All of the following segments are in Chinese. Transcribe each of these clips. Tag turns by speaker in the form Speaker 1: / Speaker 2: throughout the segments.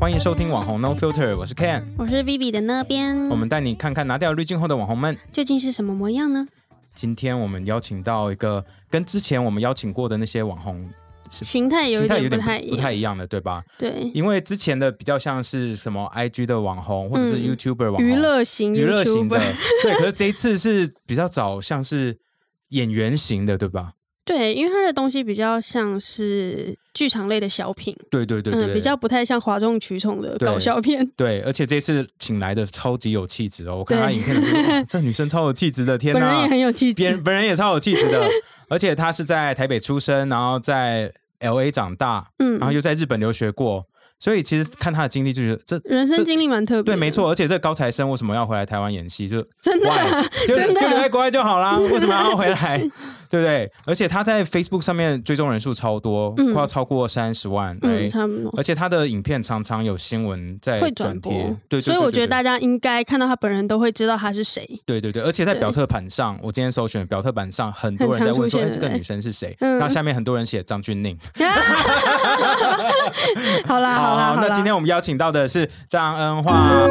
Speaker 1: 欢迎收听网红 No Filter，我是 Ken，
Speaker 2: 我是 Vivi 的那边
Speaker 1: 我，们带你看看拿掉滤镜后的网红们。
Speaker 2: 究竟是什么模样呢？
Speaker 1: 今天我们邀请到一个跟之前我们邀请过的那些网红
Speaker 2: 形态有
Speaker 1: 形
Speaker 2: 一
Speaker 1: 态有点
Speaker 2: 点不太一
Speaker 1: 不
Speaker 2: 样，
Speaker 1: 太一样的，对吧？
Speaker 2: 对，
Speaker 1: 因为之前的比较像是什么 IG 的网红，或者是
Speaker 2: 嗯
Speaker 1: YouTuber 网红，
Speaker 2: 娱乐型
Speaker 1: 娱乐型的
Speaker 2: YouTuber，，
Speaker 1: 对。可是这一次是比较早，像是演员型的，对吧？
Speaker 2: 对，因为它的东西比较像是剧场类的小品，
Speaker 1: 对对对对，
Speaker 2: 嗯，比较不太像哗众取宠的
Speaker 1: 对
Speaker 2: 搞笑片，
Speaker 1: 对。而且这次请来的超级有气质哦，我看她
Speaker 2: 对
Speaker 1: 影片就觉得，哇这女生超有气质的，天
Speaker 2: 本人
Speaker 1: 哪
Speaker 2: 也！很有气
Speaker 1: 别
Speaker 2: 质
Speaker 1: 人，本人也超有气质 的，而且她是在台北出生，然后在 L A 长大，
Speaker 2: 嗯
Speaker 1: 然，后又在日本留学过，所以其实看她的经历就觉得这
Speaker 2: 人生
Speaker 1: 这
Speaker 2: 经历蛮特别，
Speaker 1: 对没，错。而且这高材生为什么要回来台湾演戏？就
Speaker 2: 真的啊
Speaker 1: Why？就哦就
Speaker 2: 真的
Speaker 1: 留在国外就好 啦，为什么要回来？对不对？而且他在 Facebook 上面追踪人数超多，
Speaker 2: 嗯
Speaker 1: 快要超过三十万，哎
Speaker 2: 嗯，差不多。
Speaker 1: 而且他的影片常常有新闻在
Speaker 2: 会转
Speaker 1: 转
Speaker 2: 播
Speaker 1: 贴，对对对，
Speaker 2: 所以我
Speaker 1: 对
Speaker 2: 觉得
Speaker 1: 对
Speaker 2: 大家应该看到他本人都会知道他是谁。
Speaker 1: 对对对，而且在
Speaker 2: 对
Speaker 1: 表特版上，我今天搜寻表特版上，很多
Speaker 2: 很
Speaker 1: 人在
Speaker 2: 常
Speaker 1: 问
Speaker 2: 出
Speaker 1: 说，哎，
Speaker 2: 现
Speaker 1: 这个
Speaker 2: 对
Speaker 1: 女生是谁？
Speaker 2: 嗯
Speaker 1: 然后下面很多人写张钧甯。
Speaker 2: 啊
Speaker 1: 哦
Speaker 2: 好啦，好啦，好啦。
Speaker 1: 那今天我们邀请到的是张恩化。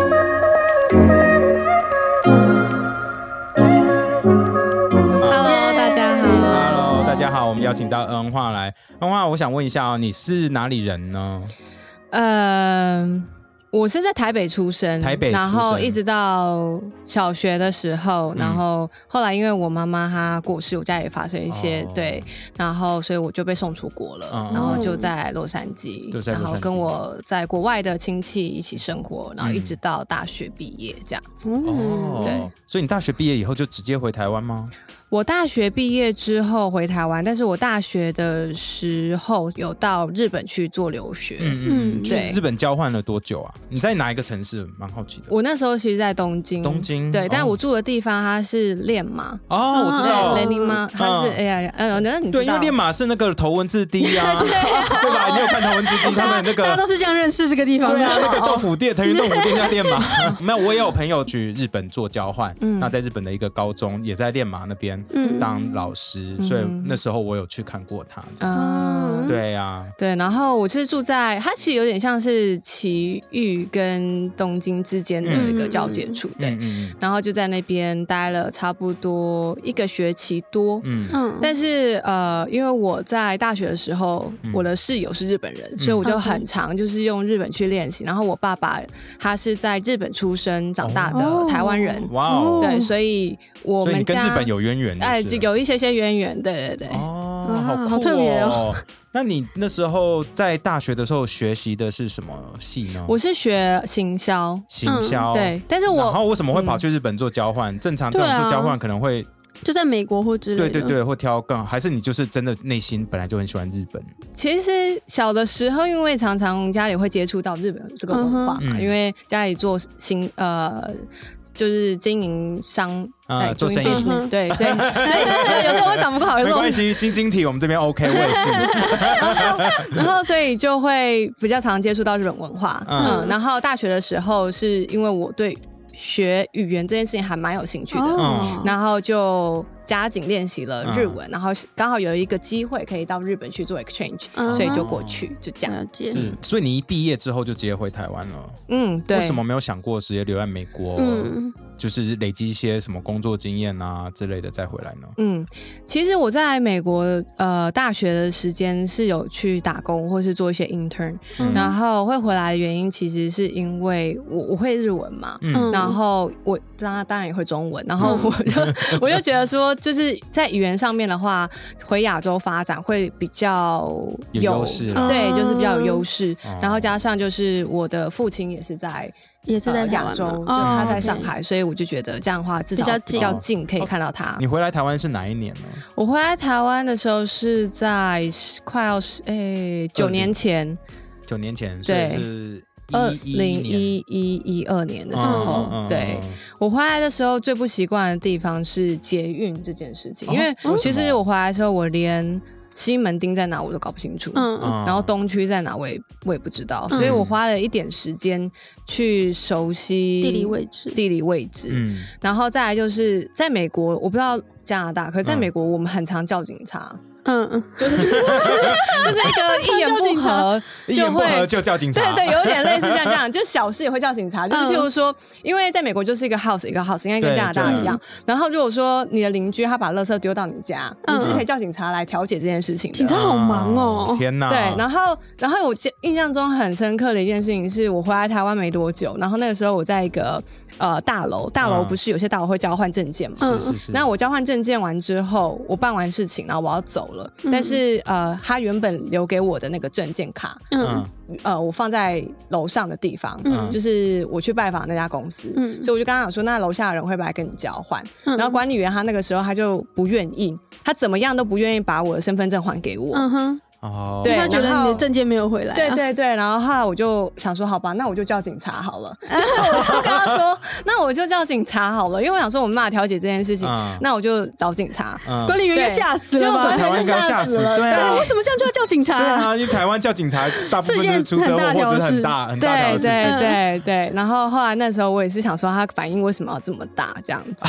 Speaker 2: Hello，大家好。
Speaker 1: Hello，大家好，我们邀请到恩化来。恩化，我想问一下哦，你是哪里人呢？
Speaker 3: 呃，我是在台北出生，
Speaker 1: 台北出生
Speaker 3: 然后一直到小学的时候，然后后来因为我妈妈她过世，我家也发生一些、
Speaker 1: 哦
Speaker 3: 对，然后所以我就被送出国了，
Speaker 1: 哦
Speaker 3: 然后就在洛杉矶
Speaker 1: 就，在洛杉
Speaker 3: 然
Speaker 1: 矶
Speaker 3: 后跟我在国外的亲戚一起生活，然后一直到大学毕业这样子。
Speaker 1: 哦
Speaker 2: 嗯，
Speaker 3: 对，
Speaker 1: 所以你大学毕业以后就直接回台湾吗？
Speaker 3: 我大学毕业之后回台湾，但是我大学的时候有到日本去做留学。
Speaker 1: 嗯嗯，
Speaker 2: 嗯
Speaker 1: 去
Speaker 3: 对
Speaker 1: 日本交换了多久啊？你在哪一个城市？蛮好奇的。
Speaker 3: 我那时候其实，在东京，
Speaker 1: 东京
Speaker 3: 对，
Speaker 1: 哦
Speaker 3: 但我住的地方它是练马，
Speaker 1: 哦，我知道
Speaker 2: 哦
Speaker 3: 对，
Speaker 2: 对
Speaker 3: 雷尼吗？他是
Speaker 1: 嗯
Speaker 3: 哎呀呀，呃，那你知道
Speaker 1: 对，因为练马是那个头文字 D 啊， 对吧？你有看头文字 D 他们那
Speaker 2: 大家
Speaker 1: 个
Speaker 2: 都是这样认识这个地方
Speaker 1: 对啊，
Speaker 2: 的。
Speaker 1: 那个豆腐店，腾云豆腐店在练马。没有，我也有朋友去日本做交换，那在日本的一个高中也在练马那边
Speaker 2: 嗯
Speaker 1: 当老师，所以那时候我有去看过他。这样
Speaker 2: 哦
Speaker 3: 嗯，
Speaker 1: 对啊呀，
Speaker 3: 对，然后我是住在，它其实有点像是埼玉跟东京之间的一个交界处，对
Speaker 1: 嗯，嗯
Speaker 3: 然后就在那边待了差不多一个学期多。
Speaker 1: 嗯嗯，
Speaker 2: 嗯，
Speaker 3: 但是呃，因为我在大学的时候，
Speaker 1: 嗯
Speaker 3: 我的室友是日本人，所以我就很常就是用日本去练习。然后我爸爸他是在日本出生长大
Speaker 2: 哦
Speaker 3: 的台湾人，
Speaker 1: 哇哦，
Speaker 3: 对，所以哦我
Speaker 1: 所以你
Speaker 3: 们
Speaker 1: 跟
Speaker 3: 家
Speaker 1: 日本有渊源，
Speaker 3: 哎，
Speaker 1: 就是
Speaker 3: 就
Speaker 1: 了
Speaker 3: 有一些些渊源，对对对。
Speaker 1: 哦，
Speaker 2: 啊
Speaker 1: 好酷
Speaker 2: 好特别
Speaker 1: 哦。那你那时候在大学的时候学习的是什么系呢？
Speaker 3: 我是学行销，
Speaker 1: 行销。
Speaker 3: 对，但是
Speaker 1: 哦然
Speaker 3: 我
Speaker 1: 后为什么会跑去日本做交换？正常这
Speaker 2: 对
Speaker 1: 样
Speaker 2: 啊
Speaker 1: 做交换可能会
Speaker 2: 就在美国或之类
Speaker 1: 对
Speaker 2: 的。
Speaker 1: 对
Speaker 3: 哦
Speaker 1: 对，会挑更好，还是你就是真的内心本来就很喜欢日本？
Speaker 3: 其实小的时候，因为常常家里会接触到日本这个文化
Speaker 1: 嗯
Speaker 3: 嘛，
Speaker 1: 哼
Speaker 3: 因为家里做行呃。就是经营商
Speaker 1: 啊
Speaker 3: 哎
Speaker 1: 做
Speaker 3: doing
Speaker 1: 生意
Speaker 3: business，对， 所以所以有时候会想不好，有
Speaker 1: 没
Speaker 3: 时候
Speaker 1: 关系，啊晶晶体我们这边 OK，我也是。
Speaker 3: 然后所以就会比较常接触到日本文化。
Speaker 1: 嗯
Speaker 3: 嗯然后大学的时候是因为我对学语言这件事情还蛮有兴趣的，
Speaker 2: 哦
Speaker 1: 嗯
Speaker 3: 然后就加紧练习了日文，然后刚好有一个机会可以到日本去做 exchange，、
Speaker 1: 哦
Speaker 2: 嗯
Speaker 3: 所以就过去，就这样。
Speaker 2: 了 解。
Speaker 1: 是，所以你一毕业之后就直接回台湾了，
Speaker 3: 嗯，对。
Speaker 1: 为什么没有想过直接留在美国？
Speaker 2: 嗯，
Speaker 1: 就是累积一些什么工作经验啊之类的再回来呢？
Speaker 3: 嗯，其实我在美国呃大学的时间是有去打工或是做一些 intern，、
Speaker 1: 嗯
Speaker 3: 然后会回来的原因其实是因为我我会日文嘛，
Speaker 2: 嗯
Speaker 3: 然后我当然当然也会中文，然后我就、
Speaker 1: 嗯
Speaker 3: 我就觉得说，就是在语言上面的话，回亚洲发展会比较
Speaker 1: 有优势啦
Speaker 3: 对，
Speaker 2: 嗯
Speaker 3: 就是比较有优势。
Speaker 1: 哦
Speaker 3: 然后加上就是我的父亲也是在
Speaker 2: 也是在
Speaker 3: 呃
Speaker 2: 台湾
Speaker 3: 亚洲，
Speaker 2: 吗
Speaker 3: 就
Speaker 2: 哦
Speaker 3: 他在上海，所以我就觉得这样的话至
Speaker 2: 比
Speaker 3: 少
Speaker 2: 较近
Speaker 3: 比较近，
Speaker 1: 哦
Speaker 3: 可以看到他。
Speaker 1: 你回来台湾是哪一年呢？
Speaker 3: 我回来台湾的时候是在十快要十诶九年前，
Speaker 1: 九年前，
Speaker 3: 对
Speaker 1: 所
Speaker 3: 二
Speaker 1: 以是一
Speaker 3: 零
Speaker 1: 一
Speaker 3: 一一一二年的
Speaker 1: 年
Speaker 3: 时候，
Speaker 1: 嗯嗯嗯
Speaker 3: 对。
Speaker 1: 嗯
Speaker 3: 我回来的时候最不习惯的地方是捷运这件事情，
Speaker 1: 哦
Speaker 3: 因为
Speaker 1: 为
Speaker 3: 其
Speaker 1: 什
Speaker 3: 实
Speaker 1: 么
Speaker 3: 我回来的时候，我连西门町在哪我都搞不清楚，
Speaker 2: 嗯
Speaker 1: 嗯
Speaker 3: 然后东区在哪我也我也不知道，所以我花了一点时间去熟悉
Speaker 2: 地理位置。
Speaker 3: 地理位置，
Speaker 1: 嗯，
Speaker 3: 然后再来就是在美国，我不知道加拿大，可是在
Speaker 1: 嗯
Speaker 3: 美国我们很常叫警察，
Speaker 2: 嗯嗯，
Speaker 3: 就是一个一言不合
Speaker 1: 一言不
Speaker 3: 会
Speaker 1: 合就叫警察，
Speaker 3: 对对，有点类似像这样，就小事也会叫警察。就是
Speaker 2: 嗯
Speaker 3: 譬如说，因为在美国就是一个 house 一个 house，应该跟加拿大一样。然后如果说你的邻居他把垃圾丢到你家，你
Speaker 2: 嗯
Speaker 3: 是可以叫警察来调解这件事情的。
Speaker 2: 警察好忙哦。
Speaker 1: 嗯天哪！
Speaker 3: 对，然后，然后我记印象中很深刻的一件事情是我回来台湾没多久，然后那个时候我在一个呃大楼，大楼
Speaker 1: 嗯
Speaker 3: 不是有些大楼会交换证件嘛？
Speaker 1: 是是是，
Speaker 3: 嗯那我交换证件完之后，我办完事情，然后我要走了，
Speaker 1: 嗯
Speaker 3: 但是呃，他原本留给我的那个证件卡，
Speaker 2: 嗯
Speaker 3: 呃，我放在楼上的地方，
Speaker 1: 嗯
Speaker 3: 就是我去拜访那家公司，
Speaker 2: 嗯
Speaker 3: 所以我就跟他讲说，那楼下的人会不会来跟你交换？
Speaker 2: 嗯
Speaker 3: 然后管理员他那个时候他就不愿意，他怎么样都不愿意把我的身份证还给我。
Speaker 2: 嗯哼，
Speaker 1: 哦，
Speaker 3: 对
Speaker 2: 因为他觉得
Speaker 3: 然
Speaker 2: 你
Speaker 3: 后
Speaker 2: 的证件没有回来啊。
Speaker 3: 对对对，然后后来我就想说，好吧，那我就叫警察 好了。然后我就跟他说，那我就叫警察好了，因为我想说我们办法调解这件事情，
Speaker 1: 嗯
Speaker 3: 那我就找警察。
Speaker 1: 嗯
Speaker 2: 管理员应该
Speaker 3: 对啊
Speaker 2: 吓死
Speaker 3: 结
Speaker 2: 了
Speaker 3: 果管
Speaker 2: 吧
Speaker 3: 理？
Speaker 1: 台湾
Speaker 3: 员
Speaker 1: 应
Speaker 3: 就
Speaker 1: 该吓
Speaker 3: 吓
Speaker 1: 死
Speaker 3: 死了，
Speaker 1: 对啊
Speaker 2: 对，为什么这样就要叫警察
Speaker 1: 对
Speaker 2: 啊？
Speaker 1: 啊，因为台湾叫警察，大部分就是出车祸
Speaker 2: 是件很大条
Speaker 1: 或者是很
Speaker 2: 事
Speaker 1: 大很大条
Speaker 3: 对
Speaker 1: 的事情。
Speaker 3: 对对对，然后后来那时候我也是想说，他反应为什么要这么大这样 子？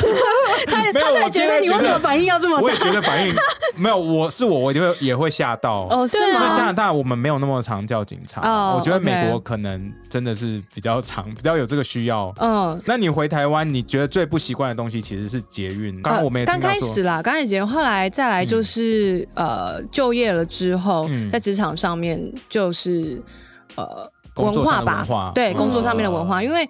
Speaker 2: 他
Speaker 1: 啊没有
Speaker 2: 他才
Speaker 1: 我
Speaker 2: 觉
Speaker 1: 觉得
Speaker 2: 得你为
Speaker 1: 觉
Speaker 2: 什
Speaker 1: 得
Speaker 2: 么反应要这么
Speaker 1: 我
Speaker 2: 大
Speaker 1: 也？觉得反应没有，我是我，我一定会也会吓到。
Speaker 3: 哦，是
Speaker 1: 因为加
Speaker 3: 吗
Speaker 1: 拿？大我们没有那么常叫警察，
Speaker 3: 哦
Speaker 1: 我觉得
Speaker 3: OK
Speaker 1: 美国可能真的是比较常，比较有这个需要。
Speaker 3: 嗯，
Speaker 1: 那你回台湾，你觉得最不习惯的东西其实是捷运。刚刚我们也
Speaker 3: 呃
Speaker 1: 听
Speaker 3: 刚
Speaker 1: 到
Speaker 3: 开
Speaker 1: 说，
Speaker 3: 始啦，刚开始结婚，后来再来就是、呃，就业了之后，
Speaker 1: 嗯
Speaker 3: 在职场上面就是呃
Speaker 1: 工作上
Speaker 3: 化
Speaker 1: 的
Speaker 3: 吧，
Speaker 1: 文化
Speaker 3: 对
Speaker 1: 嗯
Speaker 3: 工作上面的文化，因为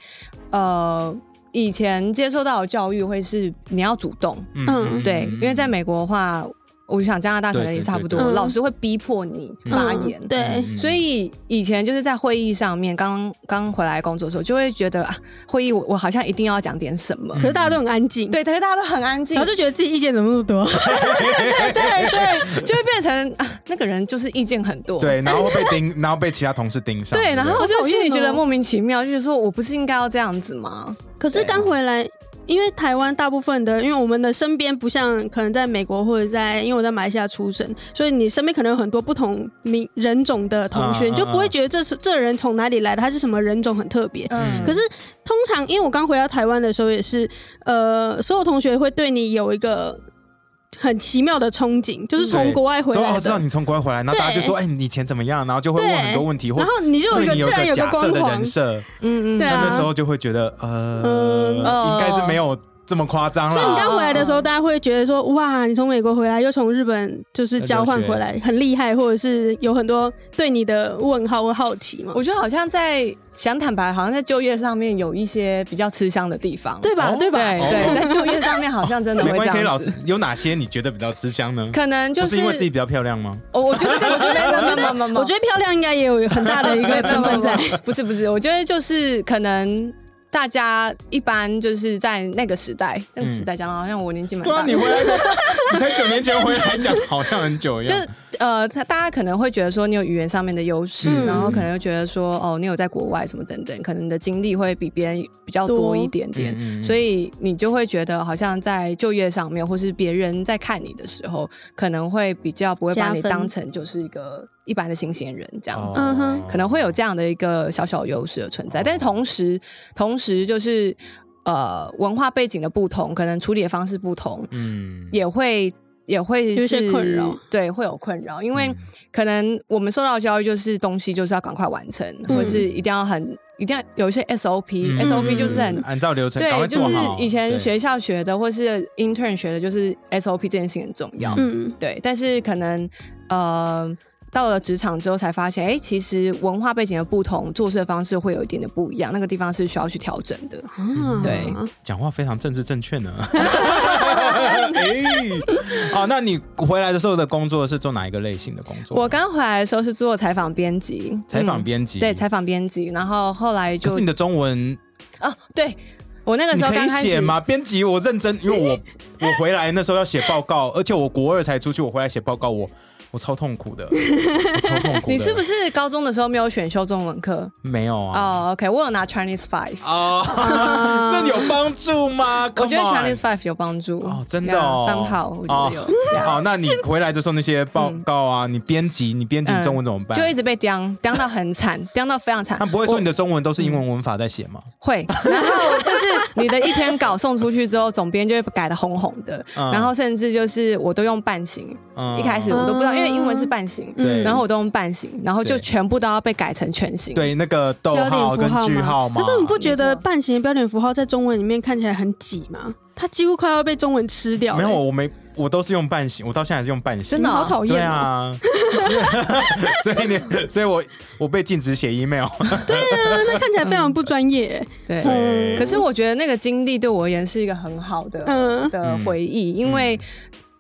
Speaker 3: 呃以前接受到的教育会是你要主动，
Speaker 1: 嗯
Speaker 2: 嗯
Speaker 3: 对，因为在美国的话，我想加拿大可
Speaker 1: 对
Speaker 3: 能
Speaker 1: 对
Speaker 3: 也差不
Speaker 1: 对
Speaker 3: 多，
Speaker 2: 对
Speaker 3: 老师会逼迫你发言。
Speaker 2: 嗯对，
Speaker 1: 嗯
Speaker 3: 所以以前就是在会议上面，刚刚回来工作的时候，就会觉得啊，会议我我好像一定要讲点什么，
Speaker 2: 可是大家都很安静，，
Speaker 3: 对，可是大家都很安静，
Speaker 2: 嗯然后就觉得自己意见怎么那么多？
Speaker 3: 对对， 就会变成啊，那个人就是意见很多。
Speaker 1: 对，然后被盯， 然后被其他同事盯上。
Speaker 3: 对，然后我就心里
Speaker 2: 好讨
Speaker 3: 觉
Speaker 2: 厌
Speaker 3: 得
Speaker 2: 哦
Speaker 3: 莫名其妙，就是说我不是应该要这样子吗？
Speaker 2: 可是刚回来，因为台湾大部分的，因为我们的身边不像可能在美国或者在，因为我在马来西亚出生，所以你身边可能有很多不同民人种的同学，
Speaker 1: 嗯
Speaker 2: 你就不会觉得这是这人从哪里来的，他是什么人种很特别。
Speaker 1: 嗯
Speaker 2: 可是通常，因为我刚回到台湾的时候也是，呃，所有同学会对你有一个很奇妙的憧憬，就是从国外回
Speaker 1: 说
Speaker 2: 来
Speaker 1: 哦，知道
Speaker 2: 的。
Speaker 1: 你从国外回来，然后大家就说，哎，你以前怎么样？然后就会问
Speaker 2: 对
Speaker 1: 很多问题，或
Speaker 2: 然后你就有一
Speaker 1: 对
Speaker 2: 个
Speaker 1: 你有
Speaker 2: 自然
Speaker 1: 个
Speaker 2: 有个
Speaker 1: 假设
Speaker 2: 光
Speaker 1: 的
Speaker 2: 环
Speaker 1: 人，设，
Speaker 3: 嗯
Speaker 2: 对
Speaker 1: 那
Speaker 2: 啊
Speaker 1: 那时候就会觉得，呃，
Speaker 2: 嗯
Speaker 1: 应该是没有这么夸张
Speaker 2: 所以你
Speaker 1: 啦。
Speaker 2: 刚回来的时候，大家会觉得说，哇，你从美国回来，又从日本就是交换回来，很厉害，或者是有很多对你的问号或好奇嘛，
Speaker 3: 我觉得好像在想坦白，好像在就业上面有一些比较吃香的地方。
Speaker 2: 对吧？
Speaker 1: 哦
Speaker 2: 对吧？
Speaker 3: 对对，在就业上面好像真的
Speaker 1: 没
Speaker 3: 会
Speaker 1: 关系，可
Speaker 3: 这
Speaker 1: 以老
Speaker 3: 样
Speaker 1: 师
Speaker 3: 子。
Speaker 1: 有哪些你觉得比较吃香呢？
Speaker 3: 可能就
Speaker 1: 不是因为自己比较漂亮吗？
Speaker 3: 哦，我觉得，我觉得，我觉得，
Speaker 2: 我觉得漂亮应该也有很 大的一 个成分在。
Speaker 3: 不是不是，我觉得就是可能大家一般就是在那个时代，这个时
Speaker 1: 嗯
Speaker 3: 代讲的好像我年纪蛮大
Speaker 1: 对
Speaker 3: 的，
Speaker 1: 啊，你回来的，你才九年前回来讲，好像很久一
Speaker 3: 就
Speaker 1: 样。
Speaker 3: 是呃，他大家可能会觉得说你有语言上面的优势，
Speaker 2: 嗯
Speaker 3: 然后可能又觉得说哦，你有在国外什么等等，可能你的经历会比别人比较多
Speaker 2: 多
Speaker 3: 一点点，
Speaker 1: 嗯嗯嗯
Speaker 3: 所以你就会觉得好像在就业上面，或是别人在看你的时候，可能会比较不会把
Speaker 2: 加
Speaker 3: 你
Speaker 2: 分
Speaker 3: 当成就是一个一般的新鲜人这样
Speaker 1: 哦
Speaker 3: 子。
Speaker 2: 嗯哼
Speaker 3: 可能会有这样的一个小小优势的存在，但是同时，同时就是呃文化背景的不同，可能处理的方式不同，
Speaker 1: 嗯
Speaker 3: 也会也会
Speaker 2: 有一
Speaker 3: 是
Speaker 2: 些困扰，
Speaker 3: 对，会有困扰，因为
Speaker 1: 嗯
Speaker 3: 可能我们受到的教育就是东西就是要赶快完成，
Speaker 2: 嗯
Speaker 3: 或者是一定要很一定要有一些
Speaker 1: 嗯
Speaker 3: SOP，SOP、SOP 就是很。
Speaker 1: 按照流程，赶快
Speaker 3: 对，就
Speaker 1: 做
Speaker 3: 是
Speaker 1: 好
Speaker 3: 以前
Speaker 1: 对
Speaker 3: 学校学的，或是 intern 学的，就是 SOP 这件事情很重要。
Speaker 2: 嗯，
Speaker 3: 对，但是可能呃。到了职场之后才发现，哎、其实文化背景的不同，做事的方式会有一点点不一样，那个地方是需要去调整的。
Speaker 2: 啊
Speaker 3: 嗯对
Speaker 1: 讲话非常政治正确呢。 哎哦，那你回来的时候的工作是做哪一个类型的工作？
Speaker 3: 我刚回来的时候是做采访编辑，
Speaker 1: 采访
Speaker 3: 嗯
Speaker 1: 编辑，
Speaker 3: 对，采访编辑，然后后来
Speaker 1: 可
Speaker 3: 就是
Speaker 1: 你的中文
Speaker 3: 哦，对我那个
Speaker 1: 你
Speaker 3: 时候
Speaker 1: 可
Speaker 3: 刚
Speaker 1: 以
Speaker 3: 开
Speaker 1: 写
Speaker 3: 始
Speaker 1: 吗？编辑，我认真，因为我 我回来那时候要写报告，而且我国二才出去，我回来写报告，我我超痛苦 的，我超痛苦的。
Speaker 3: 你是不是高中的时候没有选修中文课？
Speaker 1: 没有啊？
Speaker 3: 哦、o k 我有拿 Chinese Five，、
Speaker 1: 哦，
Speaker 2: 啊
Speaker 1: 那你有帮助吗？
Speaker 3: 我觉得
Speaker 1: Come on
Speaker 3: Chinese Five 有帮助
Speaker 1: 哦，真的哦，
Speaker 3: 三号我觉得有
Speaker 1: 哦。好，那你回来的时候那些报告啊，你编辑，你编辑
Speaker 3: 嗯
Speaker 1: 中文怎么办？
Speaker 3: 就一直被刁刁到很惨，刁到非常惨。
Speaker 1: 他不会说
Speaker 3: 我 嗯
Speaker 1: 你的中文都是英文文法在写吗？
Speaker 3: 会，然后就是你的一篇稿送出去之后，总编就会改的红红的，
Speaker 1: 嗯
Speaker 3: 然后甚至就是我都用半形，
Speaker 1: 嗯
Speaker 3: 一开始我都不知道，
Speaker 2: 嗯
Speaker 3: 因为英文是半形，
Speaker 1: 对
Speaker 3: 然后我都用半形，然后就
Speaker 1: 对
Speaker 3: 全部都要被改成全形。
Speaker 1: 对那个逗
Speaker 2: 标点
Speaker 1: 号跟
Speaker 2: 符号
Speaker 1: 句号嘛
Speaker 2: 可，是你不觉得
Speaker 3: 没错
Speaker 2: 半形的标点符号在中文里面看起来很挤吗？它几乎快要被中文吃掉了。
Speaker 1: 没有，我没，我都是用半形，我到现在还是用半形，
Speaker 3: 真的哦
Speaker 2: 好讨
Speaker 1: 对
Speaker 2: 厌哦。
Speaker 1: 啊， 所以你，所以我我被禁止写 email，
Speaker 2: 对啊，那看起来非常不专业。
Speaker 3: 对，
Speaker 1: 对
Speaker 3: 可是我觉得那个经历对我而言是一个很好的、
Speaker 2: 嗯
Speaker 3: 的回忆，因为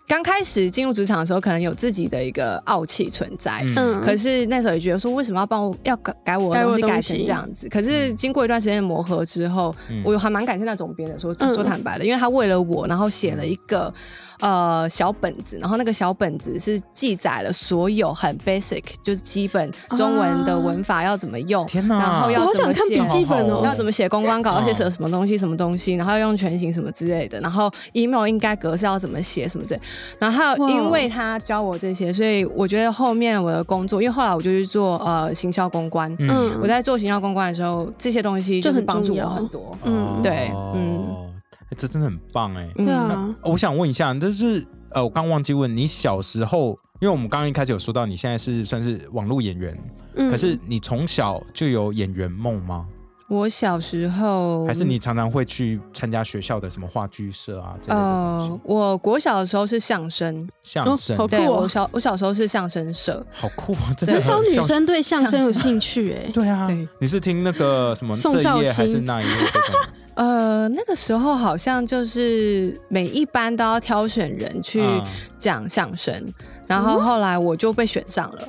Speaker 3: 刚开始进入职场的时候，可能有自己的一个傲气存在。
Speaker 2: 嗯，
Speaker 3: 可是那时候也觉得说，为什么要帮我要改改我的
Speaker 2: 改我
Speaker 3: 东
Speaker 2: 的
Speaker 3: 西
Speaker 2: 东西嗯
Speaker 3: 改成这样子？可是经过一段时间的磨合之后，
Speaker 1: 嗯
Speaker 3: 我还蛮感谢那总编的。说
Speaker 2: 嗯
Speaker 3: 说坦白的，因为他为了我，然后写了一个呃小本子，然后那个小本子是记载了所有很 basic 就是基本中文的文法要怎么用，
Speaker 1: 天哪
Speaker 3: 然后要
Speaker 2: 啊我好
Speaker 3: 怎
Speaker 2: 想
Speaker 3: 么
Speaker 2: 看
Speaker 3: 写
Speaker 2: 笔。记本
Speaker 1: 好好
Speaker 2: 哦
Speaker 1: 哦。
Speaker 3: 要怎么写公关稿，要写什什么东西，什么东西，然后要用全形什么之类的，然后 email 应该格式要怎么写什么之类，然后还有
Speaker 2: 哇
Speaker 3: 因为他教我这些，所以我觉得后面我的工作，因为后来我就去做呃行销公关，
Speaker 2: 嗯，
Speaker 3: 我在做行销公关的时候，这些东西就
Speaker 2: 这
Speaker 3: 是
Speaker 2: 很重
Speaker 3: 帮助我
Speaker 2: 要
Speaker 3: 很多。
Speaker 2: 嗯
Speaker 3: 对
Speaker 1: 哦
Speaker 3: 嗯
Speaker 1: 欸这真的很棒哎。
Speaker 3: 嗯
Speaker 2: 对，啊，
Speaker 1: 我想问一下，就是呃，我刚忘记问你小时候，因为我们刚刚一开始有说到你现在是算是网络演员，
Speaker 2: 嗯
Speaker 1: 可是你从小就有演员梦吗？
Speaker 3: 我小时候
Speaker 2: 嗯
Speaker 1: 还是你常常会去参加学校的什么话剧社啊这类的东
Speaker 3: 呃
Speaker 1: 西？，
Speaker 3: 我国小的时候是相声，
Speaker 1: 相声、
Speaker 2: 哦好酷
Speaker 3: 对
Speaker 2: 哦
Speaker 3: 我小我小时候是相声社，
Speaker 1: 好酷啊！真的
Speaker 3: 对
Speaker 2: 很少
Speaker 1: 很
Speaker 2: 女
Speaker 1: 像
Speaker 2: 生对相声有兴趣哎、
Speaker 1: 对啊
Speaker 3: 对，
Speaker 1: 你是听那个什么
Speaker 2: 宋
Speaker 1: 这
Speaker 2: 少
Speaker 1: 一页还是
Speaker 2: 卿
Speaker 1: 那一页这种？嗯
Speaker 3: 呃，那个时候好像就是每一班都要挑选人去
Speaker 1: 嗯
Speaker 3: 讲相声，然后后来我就被选上了。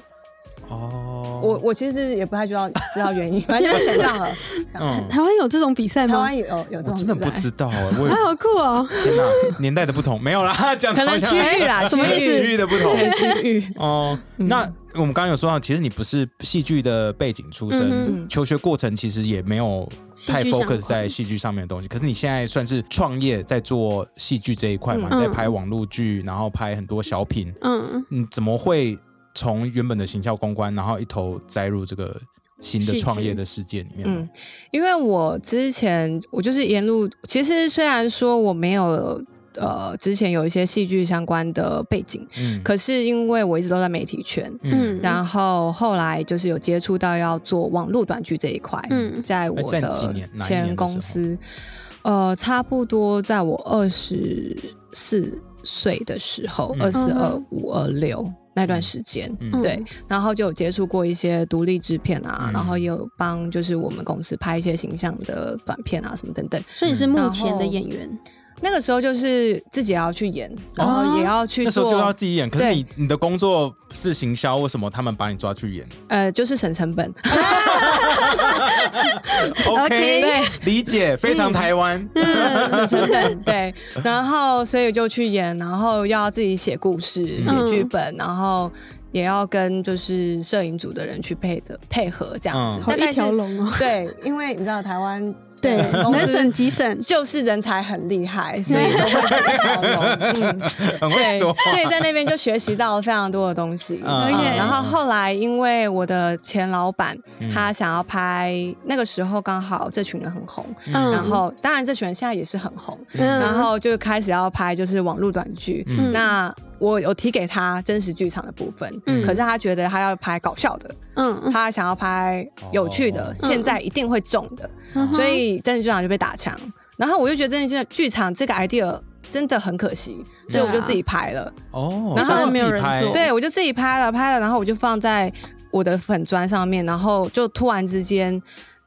Speaker 1: 哦，
Speaker 3: 我我其实也不太知道知 道原因，反正就被选上了。
Speaker 1: 嗯，
Speaker 2: 台湾有这种比赛
Speaker 3: 台
Speaker 2: 吗？
Speaker 3: 湾有有这
Speaker 1: 我
Speaker 3: 种
Speaker 1: 真的
Speaker 3: 比
Speaker 1: 不
Speaker 3: 赛
Speaker 1: 知道哎，我
Speaker 2: 啊，
Speaker 1: 也
Speaker 2: 好酷哦！
Speaker 1: 天哪，年代的不同没有啦，讲得
Speaker 3: 可能
Speaker 1: 好像
Speaker 3: 区域 啦，
Speaker 1: 什么
Speaker 3: 区
Speaker 1: 区域
Speaker 3: 域
Speaker 1: 的不同。
Speaker 3: 对区 域。
Speaker 1: 哦，那我们刚刚有说到，其实你不是戏剧的背景出
Speaker 2: 嗯
Speaker 1: 身，
Speaker 3: 哼
Speaker 1: 求学过程其实也没有太
Speaker 2: 戏剧相关
Speaker 1: focus 在戏剧上面的东西。可是你现在算是创业，在做戏剧这一块嘛，
Speaker 2: 嗯
Speaker 1: 你在拍网络剧，然后拍很多小品，
Speaker 2: 嗯，
Speaker 1: 你怎么会从原本的行销公关，然后一头栽入这个新的
Speaker 2: 戏剧
Speaker 1: 创业的世界里面呢？
Speaker 3: 嗯，因为我之前我就是沿路，其实虽然说我没有呃之前有一些戏剧相关的背景，
Speaker 1: 嗯
Speaker 3: 可是因为我一直都在媒体圈，
Speaker 2: 嗯
Speaker 3: 然后后来就是有接触到要做网络短剧这一块，
Speaker 2: 嗯
Speaker 3: 在我
Speaker 1: 哎在几
Speaker 3: 的
Speaker 1: 年哪一年的时
Speaker 3: 前
Speaker 1: 候
Speaker 3: 公司，呃，差不多在我二十四岁的时候，
Speaker 1: 嗯
Speaker 3: 二四二
Speaker 2: 嗯
Speaker 3: 五二六那段时间。
Speaker 1: 嗯
Speaker 3: 对，然后就有接触过一些独立制片啊，
Speaker 1: 嗯
Speaker 3: 然后也有帮就是我们公司拍一些形象的短片啊什么等等。
Speaker 2: 所以你是目前的演员，
Speaker 3: 那个时候就是自己也要去演，然后也要去
Speaker 1: 啊那时
Speaker 3: 做，
Speaker 1: 候就要自己演，可是
Speaker 3: 对
Speaker 1: 你你的工作是行销，为什么他们把你抓去 演
Speaker 3: 呃，就是省成本。
Speaker 1: ？OK，
Speaker 3: 对，嗯
Speaker 1: 理解，非常台湾。
Speaker 3: 是成本对，然后所以就去演，然后要自己写故事、写
Speaker 2: 嗯
Speaker 3: 剧本，然后也要跟就是摄影组的人去配的配合这样子，
Speaker 1: 嗯
Speaker 2: 好
Speaker 3: 大概
Speaker 2: 一
Speaker 3: 是
Speaker 2: 条龙 哦。
Speaker 3: 对，因为你知道台湾
Speaker 2: 对，
Speaker 3: 公
Speaker 2: 能
Speaker 3: 司
Speaker 2: 省即省。
Speaker 3: 就是人才很厉害，所以都会是一 条龙。嗯，
Speaker 1: 很会
Speaker 3: 对，
Speaker 1: 说
Speaker 3: 所以在那边就学习到了非常多的东西。
Speaker 1: 嗯
Speaker 3: 嗯
Speaker 2: OK
Speaker 3: 然后后来因为我的前老板
Speaker 1: 嗯
Speaker 3: 他想要拍，那个时候刚好这群人很红，
Speaker 2: 嗯
Speaker 3: 然后当然这群人现在也是很红，
Speaker 2: 嗯
Speaker 3: 然后就开始要拍就是网络短剧。
Speaker 1: 嗯
Speaker 3: 那我有提给他真实剧场的部分，
Speaker 1: 嗯
Speaker 3: 可是他觉得他要拍搞笑的，
Speaker 2: 嗯，
Speaker 3: 他想要拍有趣的，
Speaker 1: 哦
Speaker 3: 现在一定会中的，
Speaker 2: 嗯
Speaker 3: 所以真实剧场就被打枪。然后我就觉得真实剧场这个 idea 真的很可惜，所以我就
Speaker 2: 啊
Speaker 3: 自己拍了。
Speaker 1: 哦，
Speaker 3: 然后
Speaker 1: 算是
Speaker 2: 没有
Speaker 1: 自己
Speaker 2: 人
Speaker 1: 拍
Speaker 2: 做
Speaker 3: 对，我就自己拍了拍了，然后我就放在我的粉砖上面，然后就突然之间。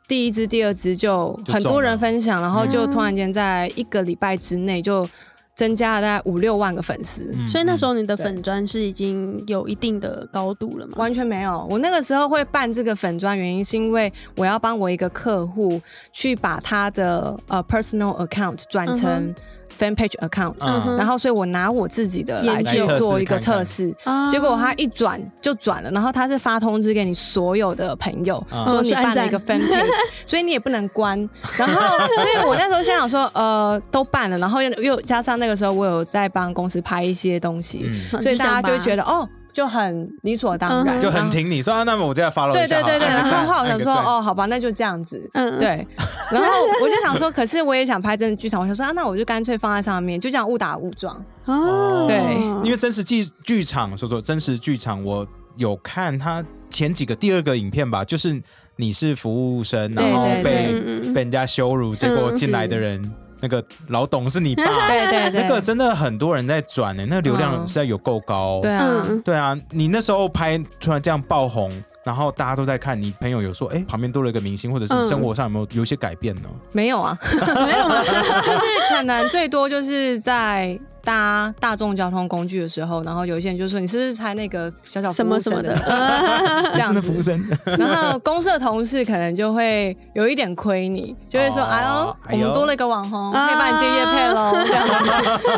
Speaker 3: 第一支、第二支就
Speaker 1: 就
Speaker 3: 很多
Speaker 1: 中
Speaker 3: 人
Speaker 1: 了
Speaker 3: 分享，然后就突然间在一个礼拜之内就增加了大概五六万个粉丝，
Speaker 1: 嗯
Speaker 2: 所以那时候你的粉砖是已经有一定的高度了吗？
Speaker 3: 完全没有。我那个时候会办这个粉砖，原因是因为我要帮我一个客户去把他的呃 personal account 转成 fan page account，、
Speaker 1: 嗯
Speaker 2: 哼
Speaker 3: 然后所以我拿我自己的
Speaker 2: 研
Speaker 3: 来去
Speaker 2: 究
Speaker 3: 做一个
Speaker 1: 来测试看看
Speaker 3: 测试，
Speaker 2: 啊
Speaker 3: 结果他一转就转了，然后他是发通知给你所有的朋友，
Speaker 1: 嗯
Speaker 3: 说你办了一个
Speaker 2: 哦
Speaker 3: fan page，所以你也不能关。然后，所以我那时候心想说，呃，都办了，然后又又加上那个时候我有在帮公司拍一些东西，
Speaker 1: 嗯
Speaker 3: 所以大家就会
Speaker 2: 得
Speaker 3: 觉得哦。就很理所当然，
Speaker 2: 嗯
Speaker 1: 就很
Speaker 3: 然后
Speaker 1: 挺你说啊，那么我再 follow
Speaker 3: 对
Speaker 1: 一
Speaker 3: 对
Speaker 1: 下好了。
Speaker 3: 对对，
Speaker 1: 按
Speaker 3: 然
Speaker 1: 个
Speaker 3: 后
Speaker 1: 赞
Speaker 3: 后来我想说，，
Speaker 1: 按个赞
Speaker 3: 哦，好吧，那就这样子。
Speaker 2: 嗯，
Speaker 3: 对，然后我就想说，可是我也想拍真的剧场，我想说啊，那我就干脆放在上面，就这样误打误撞。
Speaker 2: 哦，
Speaker 3: 对
Speaker 1: 因为真实剧剧场，说说真实剧场，我有看他前几个第二个影片吧，就是你是服务生，
Speaker 3: 对
Speaker 1: 然后
Speaker 3: 对
Speaker 1: 被
Speaker 2: 对嗯嗯嗯
Speaker 1: 被人家羞辱，结果
Speaker 2: 嗯
Speaker 1: 进来
Speaker 3: 是
Speaker 1: 的人那个老董是 你爸，
Speaker 3: 对对对，
Speaker 1: 啊那个真的很多人在转呢、那个流量
Speaker 3: 嗯
Speaker 1: 实在有够高。
Speaker 3: 对啊，
Speaker 2: 嗯，
Speaker 1: 对啊，你那时候拍突然这样爆红，然后大家都在看，你朋友有说，哎、旁边多了一个明星，或者是
Speaker 2: 嗯
Speaker 1: 生活上有没有有一些改变呢？
Speaker 3: 没有啊，没有啊，就是可能最多就是在。搭大众交通工具的时候，然后有一些人就说你是不是拍那个小小服
Speaker 2: 什么
Speaker 3: 务
Speaker 2: 什么
Speaker 3: 生
Speaker 2: 的
Speaker 3: 的，
Speaker 1: 你
Speaker 3: 这
Speaker 1: 是
Speaker 3: 样
Speaker 1: 那
Speaker 3: 子
Speaker 1: 服务生，
Speaker 3: 然后公社同事可能就会有一点亏你，就会说：“
Speaker 1: 哦
Speaker 3: 哎呦，
Speaker 1: 哎
Speaker 3: 我
Speaker 1: 呦
Speaker 3: 们多了一个网红，可
Speaker 2: 啊
Speaker 3: 以帮你接夜配喽。” 这样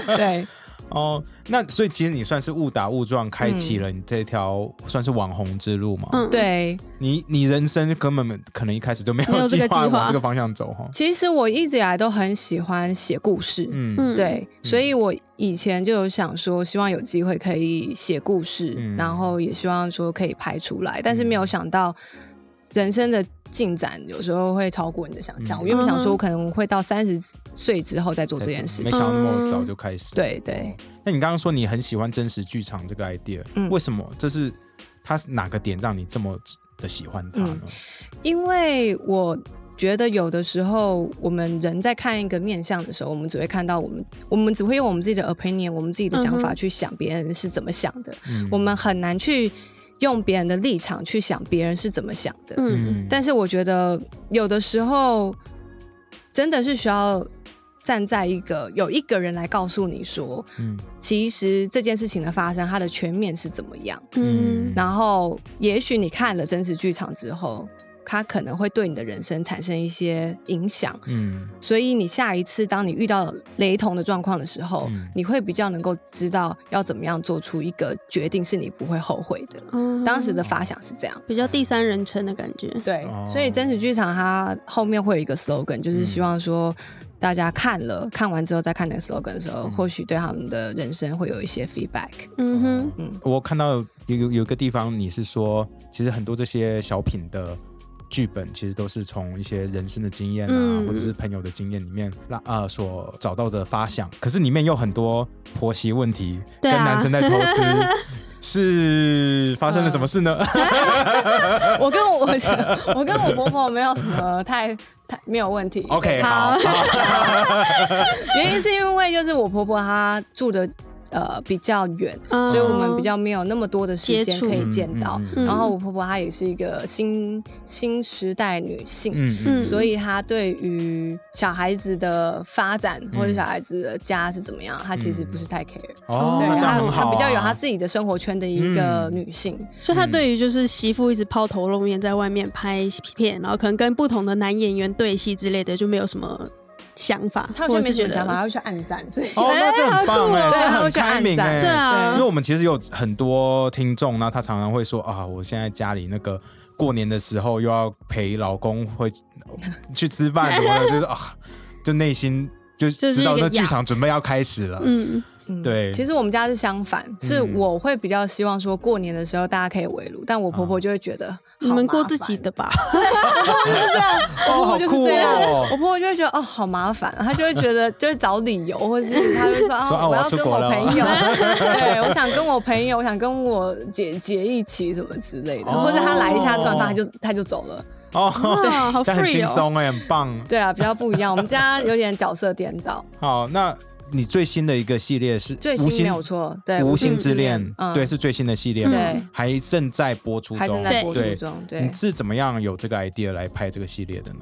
Speaker 3: 子，对，
Speaker 1: 哦，那所以其实你算是误打误撞开启了你这条算是网红之路嘛？
Speaker 2: 嗯
Speaker 3: 对，
Speaker 1: 你你人生根本可能一开始就没
Speaker 2: 没
Speaker 1: 有
Speaker 2: 有这个计划
Speaker 1: 往这个方向走哈。
Speaker 3: 其实我一直以来都很喜欢写故事，
Speaker 1: 嗯
Speaker 2: 嗯，
Speaker 3: 对，所以我以前就有想说，希望有机会可以写故事，
Speaker 1: 嗯
Speaker 3: 然后也希望说可以拍出来，但是没有想到人生的进展有时候会超过你的想象。
Speaker 1: 嗯
Speaker 3: 我原本想说，
Speaker 2: 嗯
Speaker 3: 我可能会到三十岁之后再做这件事
Speaker 1: 没
Speaker 3: 情
Speaker 1: 想。到那么早就开始。
Speaker 3: 对
Speaker 1: 哦
Speaker 3: 对，
Speaker 1: 那你刚刚说你很喜欢真实剧场这个 idea，、
Speaker 3: 嗯
Speaker 1: 为什么？这是它是哪个点让你这么的喜欢它呢？
Speaker 3: 因为我觉得有的时候我们人在看一个面相的时候，我们只会看到我们，我们只会用我们自己的 opinion，我们自己的想
Speaker 2: 嗯
Speaker 3: 法
Speaker 2: 哼
Speaker 3: 去想别人是怎么想的，
Speaker 1: 嗯
Speaker 3: 我们很难去用别人的立场去想别人是怎么想的。
Speaker 2: 嗯，
Speaker 3: 但是我觉得有的时候真的是需要站在一个有一个人来告诉你说，
Speaker 1: 嗯
Speaker 3: 其实这件事情的发生，它的全面是怎么样。
Speaker 2: 嗯，
Speaker 3: 然后，也许你看了真实剧场之后，它可能会对你的人生产生一些影响，
Speaker 1: 嗯
Speaker 3: 所以你下一次当你遇到雷同的状况的时候，
Speaker 1: 嗯
Speaker 3: 你会比较能够知道要怎么样做出一个决定，是你不会后悔的。
Speaker 2: 嗯
Speaker 3: 当时的发想是这样。
Speaker 2: 比较第三人称的感觉，
Speaker 3: 对，
Speaker 1: 哦嗯
Speaker 3: 所以真实剧场它后面会有一个 slogan，就是希望说大家看了、看完之后再看那个 slogan 的时
Speaker 1: 嗯
Speaker 3: 候，或许对他们的人生会有一些 feedback。
Speaker 2: 嗯哼，
Speaker 1: 嗯，我看到有有有一个地方，你是说，其实很多这些小品的剧本，其实都是从一些人生的经验啊，
Speaker 2: 嗯
Speaker 1: 或者是朋友的经验里面拉呃所找到的发想，可是里面有很多婆媳问题，
Speaker 2: 对啊
Speaker 1: 跟男生在投资。 是发生了什么事呢？
Speaker 3: 我跟我我跟我婆婆没有什么太太没有问题。
Speaker 1: OK，好，
Speaker 3: 原因是因为就是我婆婆她住的呃比较远，
Speaker 2: 嗯
Speaker 3: 所以我们比较没有那么多的时
Speaker 2: 接
Speaker 3: 间
Speaker 2: 触
Speaker 3: 可以见到
Speaker 1: 嗯嗯。
Speaker 2: 嗯
Speaker 3: 然后我婆婆她也是一个新新时代女性，
Speaker 1: 嗯
Speaker 2: 嗯
Speaker 3: 所以他对于小孩子的发展
Speaker 2: 嗯
Speaker 3: 或者小孩子的家是怎么样，他其实不是太 care。
Speaker 1: 哦，
Speaker 3: 对
Speaker 1: 那这样
Speaker 3: 他
Speaker 1: 很好啊、
Speaker 3: 他比较有他自己的生活圈的一个
Speaker 2: 嗯
Speaker 3: 女性，
Speaker 2: 所以
Speaker 3: 嗯
Speaker 2: 他对于就是媳妇一直抛头露面在外面拍片，然后可能跟不同的男演员对戏之类的，就没有什么想法，
Speaker 3: 他
Speaker 2: 或
Speaker 3: 好
Speaker 2: 者
Speaker 3: 像没
Speaker 2: 是
Speaker 3: 什
Speaker 2: 觉
Speaker 3: 么
Speaker 2: 得
Speaker 3: 想法，他会去暗赞，所以、
Speaker 1: 哦，那这很棒哎、
Speaker 3: 好酷
Speaker 1: 这
Speaker 3: 哦对
Speaker 1: 很
Speaker 3: 他会去
Speaker 1: 开明
Speaker 3: 按赞
Speaker 1: 哎、
Speaker 2: 对啊
Speaker 1: 因为，我们其实有很多听众，那他常常会说啊，我现在家里那个过年的时候又要陪老公会去吃饭什么的，就是啊，就内心就
Speaker 2: 就是
Speaker 1: 知道
Speaker 2: 一个
Speaker 1: 那剧
Speaker 2: 压
Speaker 1: 场准备要开始了。
Speaker 2: 嗯，
Speaker 3: 嗯
Speaker 1: 对
Speaker 3: 其实我们家是相反，是我会比较希望说过年的时候大家可以围炉，但我婆婆就会觉得、
Speaker 2: 哦你们过自己的吧，
Speaker 1: 哦，好
Speaker 3: 我就是
Speaker 1: 酷
Speaker 3: 这样，
Speaker 1: 哦
Speaker 3: 我！婆婆就会觉得哦好麻烦，她就会觉得就会找理由，或者是她会说
Speaker 1: 说啊我
Speaker 3: 啊我
Speaker 1: 要
Speaker 3: 要
Speaker 1: 出
Speaker 3: 跟
Speaker 1: 国
Speaker 3: 我
Speaker 1: 了
Speaker 3: 朋 友，对我想跟我朋友，我想跟我姐姐一起什么之类的，
Speaker 1: 哦
Speaker 3: 或者她来一下吃完饭，她就她就走了。
Speaker 1: 哦，
Speaker 2: 啊，好
Speaker 1: 但很
Speaker 2: free
Speaker 1: 轻
Speaker 2: 哦，
Speaker 1: 松哎，很棒。
Speaker 3: 对啊，比较不一样，我们家有点角色颠倒，
Speaker 1: 好，那你最新的一个系列是
Speaker 3: 最
Speaker 1: 无
Speaker 3: 新
Speaker 1: 心
Speaker 3: 没有错，对，
Speaker 1: 无心之恋》，
Speaker 3: 嗯
Speaker 1: 对，是最新的系列嘛，
Speaker 3: 对，
Speaker 1: 还正在播出中，
Speaker 3: 还正在播出
Speaker 1: 对
Speaker 3: 中，对
Speaker 1: 你，是怎么样有这个 idea 来拍这个系列的呢？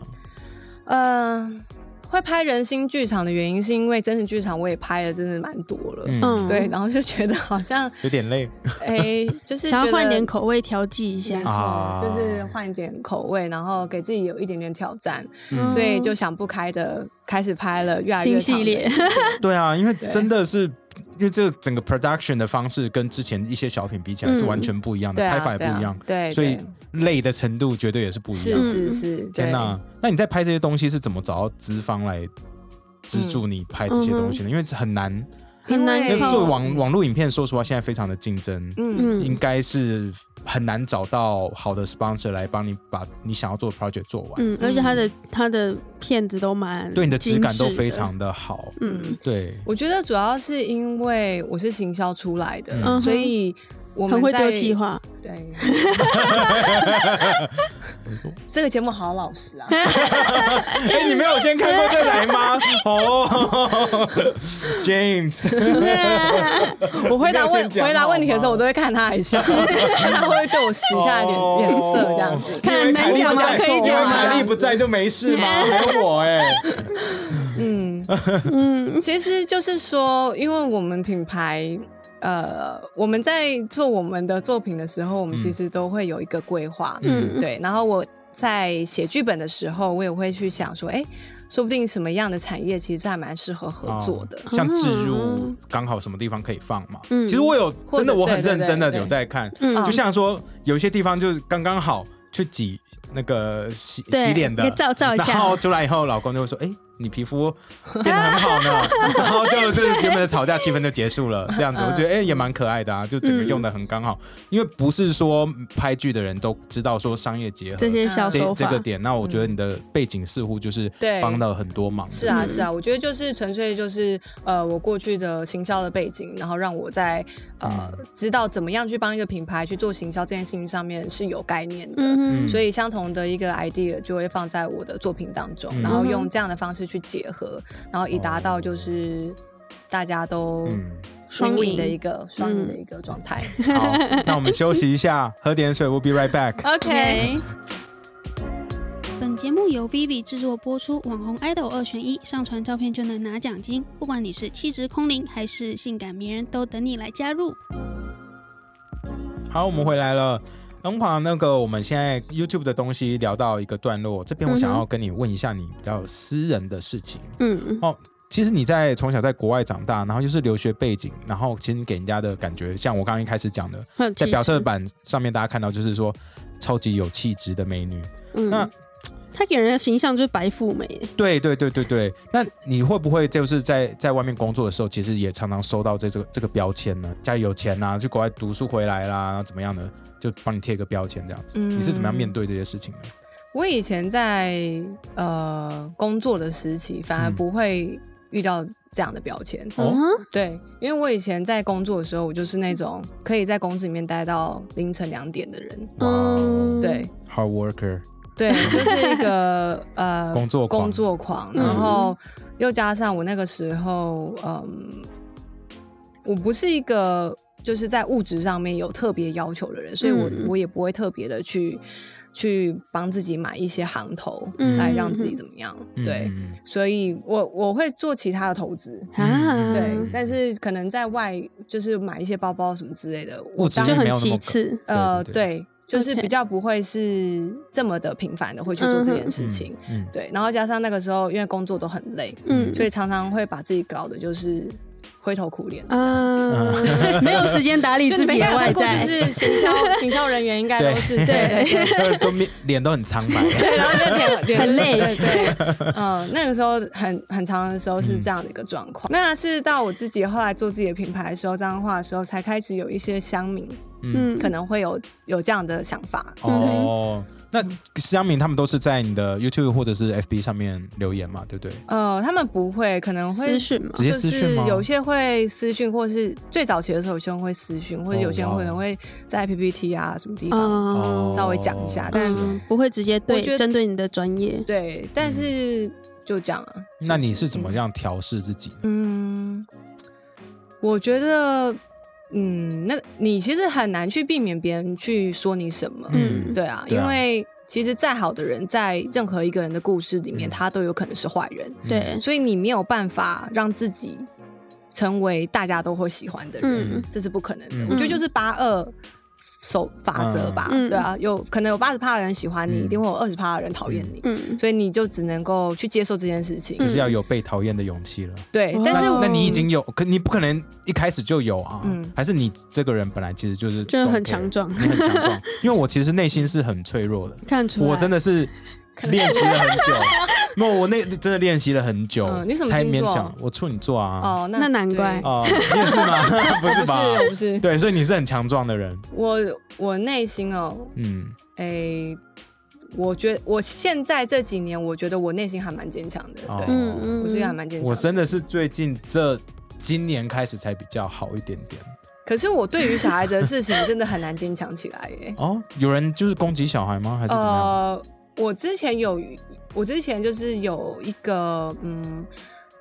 Speaker 3: 嗯。会拍人心剧场的原因，是因为真实剧场我也拍的真的蛮多了，
Speaker 1: 嗯，
Speaker 2: 嗯，
Speaker 3: 对，，然后就觉得好像
Speaker 1: 有点 累。
Speaker 3: 哎，就是
Speaker 2: 想
Speaker 3: 觉
Speaker 2: 要换
Speaker 3: 得
Speaker 2: 点口味调剂一下
Speaker 3: 没，错，
Speaker 1: 啊
Speaker 3: 就是换一点口味，然后给自己有一点点挑战，
Speaker 1: 嗯
Speaker 3: 所以就想不开的开始拍了，越来越
Speaker 2: 新系 列
Speaker 3: 长的。
Speaker 1: 对啊，因为
Speaker 3: 对
Speaker 1: 真的是，因为这个整个 production 的方式跟之前一些小品比起来是
Speaker 2: 嗯
Speaker 1: 完全不一样的，
Speaker 3: 对啊
Speaker 1: 拍法也不一样，
Speaker 3: 对啊对
Speaker 1: 所以
Speaker 3: 对
Speaker 1: 累的程度绝对也是不一样
Speaker 3: 是
Speaker 1: 的。
Speaker 3: 是是，
Speaker 1: 天
Speaker 3: 对。
Speaker 1: 哪！那你在拍这
Speaker 3: 嗯
Speaker 1: 些东西是怎么找到资方来资助你拍这些东西呢？因为很难，
Speaker 2: 很难
Speaker 3: 因
Speaker 1: 那
Speaker 3: 为
Speaker 2: 靠
Speaker 1: 做网网络影片，说实话，现在非常的竞争，
Speaker 3: 嗯
Speaker 1: 应
Speaker 2: 嗯，
Speaker 1: 该是很难找到好的 sponsor 来帮你把你想要做的 project 做完，
Speaker 2: 嗯，而且他的他的片子都蛮
Speaker 1: 对你的质感
Speaker 2: 精致
Speaker 1: 都
Speaker 2: 的
Speaker 1: 非常的好。
Speaker 2: 嗯，
Speaker 1: 对，
Speaker 3: 我觉得主要是因为我是行销出来的，
Speaker 1: 嗯
Speaker 3: 所以我们
Speaker 2: 很会丢
Speaker 3: 在
Speaker 2: 计划，
Speaker 3: 对，这个节目好老实啊，
Speaker 1: 哎，你没有先看过再来 吗？哦，James，
Speaker 3: 我回
Speaker 1: 你没
Speaker 3: 答
Speaker 1: 有
Speaker 3: 问
Speaker 1: 先讲好吗
Speaker 3: 回答问题的时候，我都会看他一下， 看他会不会对我使下一点
Speaker 1: 哦
Speaker 3: 眼色这样子。
Speaker 2: 看能讲吗可以讲吗
Speaker 1: 凯莉不在就没事 吗？还有我哎，
Speaker 3: 嗯，
Speaker 2: 嗯
Speaker 3: 其实就是说，因为我们品牌。呃，我们在做我们的作品的时候，我们
Speaker 1: 嗯
Speaker 3: 其实都会有一个规划，
Speaker 2: 嗯，
Speaker 3: 对。然后我在写剧本的时候，我也会去想说，哎，说不定什么样的产业其实还蛮适合合作的。嗯
Speaker 1: 哦像置入刚好什么地方可以放嘛。
Speaker 2: 嗯
Speaker 1: 其实我有真的
Speaker 3: 或者
Speaker 1: 我很认真的
Speaker 3: 对对对
Speaker 1: 有在看，
Speaker 2: 嗯
Speaker 1: 就像说有一些地方就是刚刚好去挤那个洗
Speaker 2: 对
Speaker 1: 洗脸的
Speaker 2: 可以，照照一下
Speaker 1: 然后出来以后老公就会说，哎。你皮肤变得很好呢， 然后就是原本的吵架气氛就结束了，这样
Speaker 3: 嗯
Speaker 1: 子我觉得哎、也蛮可爱的啊，就整个用的很刚好，因为不是说拍剧的人都知道说商业结合
Speaker 2: 这
Speaker 3: 嗯
Speaker 2: 些小手
Speaker 1: 这这
Speaker 2: 法
Speaker 1: 个，点，那我觉得你的背景似乎就是
Speaker 3: 对
Speaker 1: 帮了很多忙。
Speaker 3: 是
Speaker 2: 嗯
Speaker 3: 啊，是啊，我觉得就是纯粹就是呃，我过去的行销的背景，然后让我在呃、
Speaker 2: 嗯
Speaker 3: 知道怎么样去帮一个品牌去做行销这件事情上面是有概念的。
Speaker 2: 嗯
Speaker 1: 嗯
Speaker 3: 所以相同的一个 idea 就会放在我的作品当中，
Speaker 1: 嗯
Speaker 3: 然后用这样的方式去结合，然后以达到就是大家都
Speaker 1: 嗯，
Speaker 2: 双
Speaker 3: win-win
Speaker 2: 赢嗯
Speaker 3: 的一个双赢的一个 状态。
Speaker 1: 好，那我们休息一下，喝点水，We'll be right back。
Speaker 3: OK，
Speaker 4: 本节目由 Vivi 制作播出，网红 idol 二选一，上传照片就能拿奖金。不管你是气质空灵还是性感迷人，都等你来加入。
Speaker 1: 好，我们回来了。恩华，那个我们现在 YouTube 的东西聊到一个段落，这边我想要跟你问一下你比较私人的事情。
Speaker 2: 嗯
Speaker 1: 其实你在从小在国外长大，然后又是留学背景，然后其实你给人家的感觉，像我刚刚一开始讲的，
Speaker 2: 嗯，
Speaker 1: 在表特版上面大家看到就是说超级有气质的美女，那
Speaker 2: 嗯，他给人的形象就是白富美，
Speaker 1: 对对对对对，那你会不会就是在在外面工作的时候，其实也常常收到这这个这个标签呢？家里有钱啦、去国外读书回来啦，然后怎么样的，就帮你贴个标签这样子。
Speaker 3: 嗯
Speaker 1: 你是怎么样面对这些事情的？
Speaker 3: 我以前在呃工作的时期，反而
Speaker 1: 嗯
Speaker 3: 不会遇到这样的标签。
Speaker 1: 哦
Speaker 2: 嗯
Speaker 3: 对，因为我以前在工作的时候，我就是那种可以在公司里面待到凌晨两点的人。
Speaker 1: 哇哦
Speaker 2: 嗯
Speaker 3: 对
Speaker 1: ，hard worker，
Speaker 3: 对，就是一个呃
Speaker 1: 工作狂
Speaker 3: 工作狂，
Speaker 2: 嗯
Speaker 3: 然后又加上我那个时候，嗯，我不是一个就是在物质上面有特别要求的人，所以我、
Speaker 2: 嗯
Speaker 3: 我也不会特别的去去帮自己买一些行头、
Speaker 2: 嗯
Speaker 3: 来让自己怎么样。对，
Speaker 1: 嗯，
Speaker 3: 所以我我会做其他的投资。
Speaker 2: 啊，
Speaker 3: 对
Speaker 1: 嗯，
Speaker 3: 但是可能在外就是买一些包包什么之类的，我
Speaker 1: 物质
Speaker 3: 当
Speaker 2: 就
Speaker 1: 没
Speaker 2: 很
Speaker 1: 有那么
Speaker 2: 其次，
Speaker 3: 呃，
Speaker 1: 对对
Speaker 3: 对，就是比
Speaker 2: OK
Speaker 3: 较不会是这么的频繁的会去做这件事情。
Speaker 1: 嗯，嗯
Speaker 3: 对，然后加上那个时候因为工作都很累，
Speaker 2: 嗯，
Speaker 3: 所以常常会把自己搞的就是灰头苦脸。
Speaker 2: 啊， 没有时间打理
Speaker 3: 就你
Speaker 2: 自
Speaker 3: 没
Speaker 2: 己的
Speaker 3: 看
Speaker 2: 外
Speaker 3: 看过，
Speaker 2: 在
Speaker 3: 就，是行销 行销人员应该都是
Speaker 1: 对
Speaker 3: 对对对
Speaker 1: 都都面脸都很苍 白。
Speaker 3: 对，然后就脸脸
Speaker 2: 很累
Speaker 3: 对对， 对嗯，那个时候很很长的时候
Speaker 1: 嗯
Speaker 3: 是这样的一个状况。那是到我自己后来做自己的品牌的时候，彰化的时候，才开始有一些乡民
Speaker 1: 嗯，
Speaker 2: 嗯，
Speaker 3: 可能会有有这样的想法。
Speaker 1: 哦，那香明他们都是在你的 YouTube 或者是 FB 上面留言嘛，对不对？
Speaker 3: 呃，他们不会，可能会
Speaker 2: 私讯嘛，
Speaker 1: 直接
Speaker 3: 就
Speaker 1: 私讯
Speaker 3: 是
Speaker 1: 吗？
Speaker 3: 有些会私讯，或是最早期的时候，有些人会私讯，或者
Speaker 1: 哦
Speaker 3: 有些人
Speaker 1: 哇
Speaker 3: 可能会在 PPT 啊什么地方。
Speaker 1: 哦
Speaker 2: 啊，
Speaker 3: 稍微讲一下但
Speaker 2: 嗯，不会直接对
Speaker 3: 我觉得
Speaker 2: 针对你的专业，
Speaker 3: 对，
Speaker 1: 嗯
Speaker 3: 但是就这样啊。
Speaker 1: 那你是怎么样调试自己呢？
Speaker 3: 嗯，我觉得，嗯，那你其实很难去避免别人去说你什么。
Speaker 1: 嗯
Speaker 2: 嗯，
Speaker 3: 对啊，
Speaker 1: 对啊
Speaker 3: 因为其实再好的人，在任何一个人的故事里面，
Speaker 1: 嗯
Speaker 3: 他都有可能是坏人，
Speaker 2: 对，
Speaker 3: 所以你没有办法让自己成为大家都会喜欢的人。
Speaker 2: 嗯
Speaker 3: 这是不可能的。
Speaker 1: 嗯
Speaker 3: 我觉得就是八二手法则吧，
Speaker 2: 嗯
Speaker 3: 对啊，有可能有八十趴的人喜欢你，
Speaker 1: 嗯
Speaker 3: 一定会有二十趴的人讨厌你，
Speaker 2: 嗯，
Speaker 3: 所以你就只能够去接受这件事情。
Speaker 1: 就是要有被讨厌的勇气了。
Speaker 3: 对，
Speaker 2: 哦
Speaker 3: 但是
Speaker 1: 那
Speaker 3: 我
Speaker 1: 那你已经有，可你不可能一开始就有啊，
Speaker 3: 嗯
Speaker 1: 还是你这个人本来其实就是
Speaker 2: 就是很
Speaker 1: don't care，
Speaker 2: 强壮
Speaker 1: 你很强 壮。因为我其实内心是很脆弱的，
Speaker 2: 看出来，
Speaker 1: 我真的是练习了很久，没有，我那真的练习了很久，
Speaker 3: 嗯你什么
Speaker 1: 才
Speaker 3: 星
Speaker 1: 勉
Speaker 3: 座
Speaker 1: 强。我处女座啊，
Speaker 3: 哦，
Speaker 2: 那难怪
Speaker 1: 哦，你也是 吗？不是
Speaker 3: 对不是
Speaker 1: 吧？
Speaker 3: 我不是
Speaker 1: 对，所以你是很强壮的人，
Speaker 3: 我我内心哦，
Speaker 1: 嗯，
Speaker 3: 诶，我觉得我现在这几年，我觉得我内心还蛮坚强的，
Speaker 1: 哦
Speaker 3: 对，
Speaker 2: 嗯嗯，
Speaker 3: 我是一个还蛮坚强
Speaker 1: 我
Speaker 3: 的。
Speaker 1: 真的是最近这今年开始才比较好一点点。。
Speaker 3: 可是我对于小孩子的事情真的很难坚强起来耶
Speaker 1: 哦，有人就是攻击小孩吗？还是怎么样？
Speaker 3: 呃，我之前有，我之前就是有一个嗯。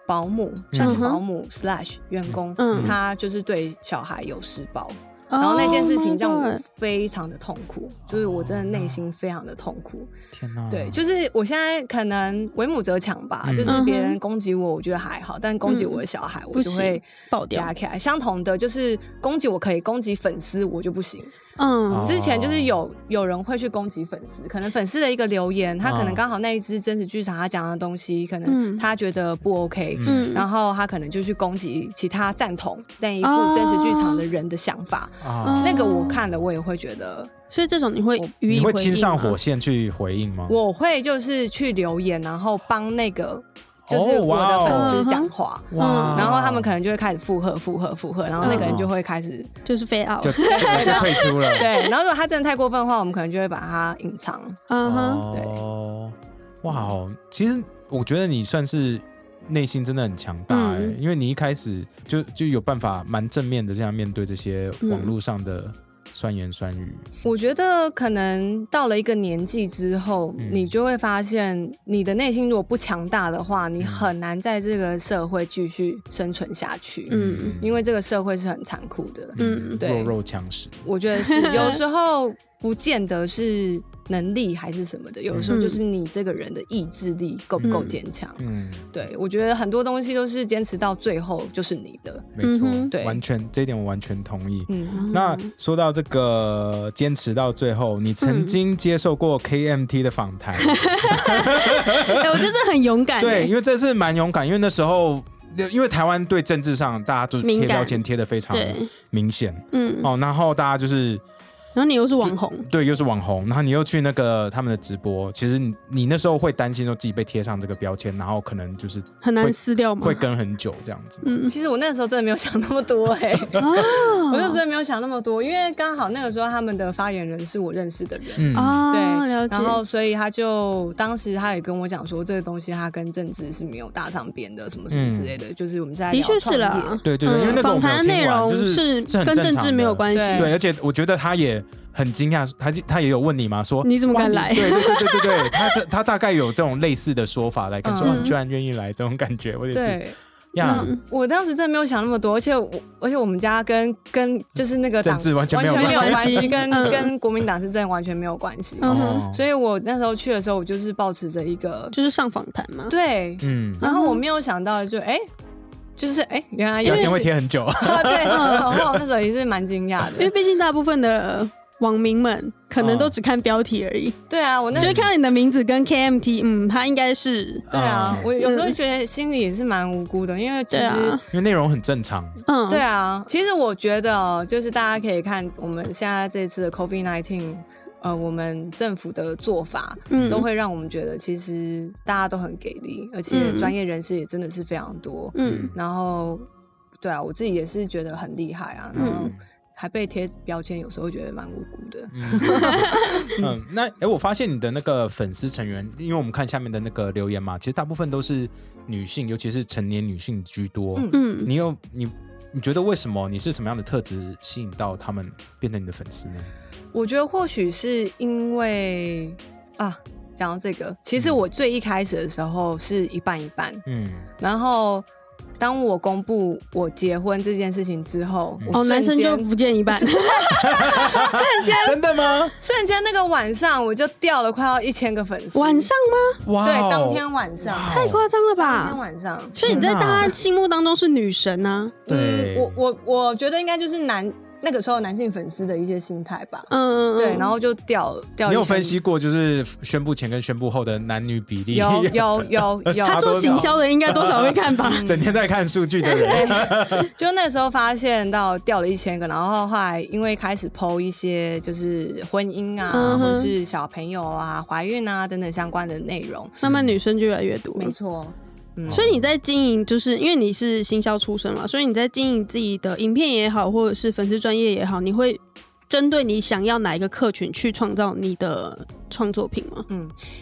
Speaker 3: 保姆算是
Speaker 2: 嗯哼
Speaker 3: 保姆 slash 员工，
Speaker 2: 嗯
Speaker 3: 他就是对小孩有施
Speaker 1: 哦
Speaker 3: 暴，
Speaker 2: 然
Speaker 3: 然后那件事
Speaker 1: ，oh
Speaker 3: 情
Speaker 2: 哦
Speaker 3: 让我非常的痛苦，就是我真的内心非常的痛苦。
Speaker 1: 天哪！
Speaker 3: 对，就是我现在可能为母则强吧，
Speaker 1: 哦嗯嗯
Speaker 3: 就是别人攻击我，我觉得还好，但攻击我的小孩，我就会
Speaker 2: 爆掉，
Speaker 3: 压起来。相同的，就是攻击我可以，攻击粉丝我就不行。
Speaker 2: 嗯
Speaker 1: 哦
Speaker 3: 之前就是有有人会去攻击粉丝，可能粉丝的一个留言，他可
Speaker 1: 哦
Speaker 3: 能刚好那一支真实剧场他讲的东西，可
Speaker 2: 嗯
Speaker 3: 能他觉得不 OK，
Speaker 1: 嗯
Speaker 2: 嗯，
Speaker 3: 然后他可能就去攻击其他赞同那一部
Speaker 2: 哦
Speaker 3: 真实剧场的人的想法。
Speaker 1: 啊，
Speaker 3: 那个我看了，我也会觉得
Speaker 2: 所以这种你会
Speaker 3: 我
Speaker 2: 予以
Speaker 1: 你会
Speaker 2: 回
Speaker 1: 亲
Speaker 2: 应啊
Speaker 1: 上
Speaker 2: 吗
Speaker 1: 火线去回应吗？
Speaker 3: 我会就是去留言，然后帮那个就是
Speaker 1: 哦
Speaker 3: 我
Speaker 1: 哇
Speaker 3: 的
Speaker 1: 哦
Speaker 3: 粉丝讲话，
Speaker 2: 嗯
Speaker 3: 然后他们可能就会开始附和、附和、附和，然后那个人就会开始、
Speaker 2: 就是 fade out，
Speaker 1: 就 就退出了。
Speaker 3: 对，然后如果他真的太过分的话，我们可能就会把他隐藏。
Speaker 2: 嗯哼，
Speaker 1: 哦，哇哦，其实我觉得你算是内心真的很强大哎、
Speaker 2: 嗯
Speaker 1: 因为你一开始就就有办法蛮正面的这样面对这些
Speaker 3: 嗯
Speaker 1: 网络上的酸言酸语。
Speaker 3: 我觉得可能到了一个年纪之后，
Speaker 1: 嗯
Speaker 3: 你就会发现，你的内心如果不强大的话，你很难在这个社会继续生存下去，
Speaker 2: 嗯
Speaker 3: 因为这个社会是很残酷的。
Speaker 2: 嗯
Speaker 3: 对
Speaker 1: 弱肉强食。
Speaker 3: 我觉得是有时候不见得是能力还是什么的，有时候就是你这个人的意志力够不够坚强。
Speaker 1: 嗯，
Speaker 3: 对，我觉得很多东西都是坚持到最后就是你的。
Speaker 1: 没错，
Speaker 2: 嗯哼
Speaker 3: 对
Speaker 1: 完全这一点我完全同意。
Speaker 3: 嗯，
Speaker 1: 那说到这个坚持到最后，你曾经接受
Speaker 2: 嗯
Speaker 1: 过 KMT 的访 谈，
Speaker 2: 哎，我就是很勇敢，
Speaker 1: 对，
Speaker 2: 哎
Speaker 1: 因为这次蛮勇敢，因为那时候因为台湾对政治上大家就
Speaker 2: 敏
Speaker 1: 贴
Speaker 2: 感
Speaker 1: 标签贴的非常
Speaker 2: 对，
Speaker 1: 明显
Speaker 2: 嗯，
Speaker 1: 哦，然后大家就是
Speaker 2: 然后你又是网红，
Speaker 1: 对，又是网红，然后你又去那个他们的直播，其实你你那时候会担心说自己被贴上这个标签，然后可能就是
Speaker 2: 很
Speaker 1: 会
Speaker 2: 难撕掉吗？
Speaker 1: 会跟很久这样子。
Speaker 2: 嗯，
Speaker 3: 其实我那时候真的没有想那么多哎、
Speaker 2: 啊
Speaker 3: 我那时候真的没有想那么多，因为刚好那个时候他们的发言人是我认识的人。
Speaker 1: 嗯，
Speaker 2: 啊，
Speaker 3: 对，
Speaker 2: 了解，
Speaker 3: 然后所以他就当时他也跟我讲说，这个东西他跟政治是没有搭上边的，什么什
Speaker 1: 嗯
Speaker 3: 么之类的，就是我们在
Speaker 2: 的
Speaker 3: 聊
Speaker 2: 确是
Speaker 3: 创 业
Speaker 2: 啦，
Speaker 1: 对对对，因为那个我们
Speaker 2: 嗯访谈
Speaker 1: 有
Speaker 2: 的
Speaker 1: 听
Speaker 2: 内
Speaker 1: 完
Speaker 2: 容
Speaker 1: 就是是很
Speaker 2: 跟
Speaker 1: 正
Speaker 2: 政
Speaker 1: 常
Speaker 2: 治
Speaker 1: 的
Speaker 2: 没有关系，
Speaker 3: 对
Speaker 1: 对，而且我觉得他也很惊讶，他他也有问你嘛，说
Speaker 2: 你怎么
Speaker 1: 哇
Speaker 2: 敢来
Speaker 1: 对对对对对对，他这他大概有这种类似的说法来跟说，
Speaker 3: 嗯
Speaker 1: 哦你居然愿意来这种感觉，我也是
Speaker 3: 对，
Speaker 1: 呀，
Speaker 2: 嗯
Speaker 3: 我当时真的没有想那么多，而且我而且我们家跟跟就是那个
Speaker 1: 政
Speaker 3: 党
Speaker 1: 治完全
Speaker 3: 完
Speaker 1: 没有
Speaker 3: 全没有
Speaker 1: 关
Speaker 3: 关
Speaker 1: 系
Speaker 3: 系，跟
Speaker 2: 嗯
Speaker 3: 跟国民党是真的完全没有关系。
Speaker 2: 嗯
Speaker 1: 哦
Speaker 3: 所以我那时候去的时候，我就是保持着一个
Speaker 2: 就是上访谈嘛，
Speaker 3: 对，
Speaker 1: 嗯，
Speaker 3: 然后我没有想到就哎、就是哎、原来
Speaker 1: 标
Speaker 3: 有
Speaker 1: 签会
Speaker 3: 是
Speaker 1: 贴很久，
Speaker 3: 啊对，然后我那时候也是蛮惊讶
Speaker 2: 因为
Speaker 3: 的。
Speaker 2: 毕竟大部分的网民们可能
Speaker 1: 哦
Speaker 2: 都只看标题而已，
Speaker 3: 对啊，我那
Speaker 2: 就会看到你的名字跟 KMT，嗯，他应该是，
Speaker 3: 对啊
Speaker 1: 嗯，
Speaker 3: 我有时候觉得心里也是蛮无辜的，因为其
Speaker 2: 对
Speaker 3: 实
Speaker 2: 啊，
Speaker 1: 因为内容很正常，
Speaker 2: 嗯，
Speaker 3: 对啊，其实我觉得哦，就是大家可以看我们现在这次的 COVID nineteen，呃，我们政府的做法，
Speaker 2: 嗯
Speaker 3: 都会让我们觉得其实大家都很给力，而且
Speaker 2: 嗯
Speaker 3: 专业人士也真的是非常多。
Speaker 2: 嗯，
Speaker 3: 然后，对啊，我自己也是觉得很厉害啊，
Speaker 2: 嗯
Speaker 3: 然后还被贴标签，有时候觉得蛮无辜的。
Speaker 1: 嗯，那哎、诶我发现你的那个粉丝成员，因为我们看下面的那个留言嘛，其实大部分都是女性，尤其是成年女性居多。
Speaker 3: 嗯
Speaker 2: 嗯，
Speaker 1: 你有你你觉得为什么？你是什么样的特质吸引到他们变成你的粉丝呢？
Speaker 3: 我觉得或许是因为啊，讲到这个，其实
Speaker 1: 嗯
Speaker 3: 我最一开始的时候是一半一半，
Speaker 1: 嗯，
Speaker 3: 然后当我公布我结婚这件事情之后，
Speaker 1: 嗯
Speaker 3: 我
Speaker 2: 哦，男生
Speaker 3: 瞬
Speaker 2: 就
Speaker 3: 间
Speaker 2: 不见一 半，
Speaker 1: 真的吗？
Speaker 3: 瞬间那个晚上我就掉了快要一千个粉丝，
Speaker 2: 晚上吗？
Speaker 1: 哇哦、
Speaker 3: 对，当天晚上，
Speaker 1: 哇
Speaker 2: 太
Speaker 1: 哦
Speaker 2: 夸张了
Speaker 3: 当天
Speaker 2: 吧！
Speaker 3: 晚上，
Speaker 2: 所以你在
Speaker 1: 天哪
Speaker 2: 大家心目当中是女神啊，
Speaker 1: 对
Speaker 3: 嗯，我我我觉得应该就是男那个时候男性粉丝的一些心态吧。
Speaker 2: 嗯，嗯
Speaker 3: 对，然
Speaker 2: 后
Speaker 3: 后就掉掉。
Speaker 1: 你有分？析过就是宣布前跟宣布后的男女比例？
Speaker 3: 有有有有，
Speaker 2: 他做行销的应该多少会看 吧？
Speaker 1: 整天在看数据的人，
Speaker 3: 就那时候发现到掉了一千个，然后后来因为开始剖一些就是婚姻啊，
Speaker 2: 嗯哼
Speaker 3: 或者是小朋友啊、怀孕啊等等相关的内容。
Speaker 2: 慢慢女生就越来越多了
Speaker 3: 没。错，嗯，
Speaker 2: 所以你在经营，就是因为你是行销出身嘛，所以你在经营自己的影片也好，或者是粉丝专业也好，你会针对你想要哪一个客群去创造你的创作品吗？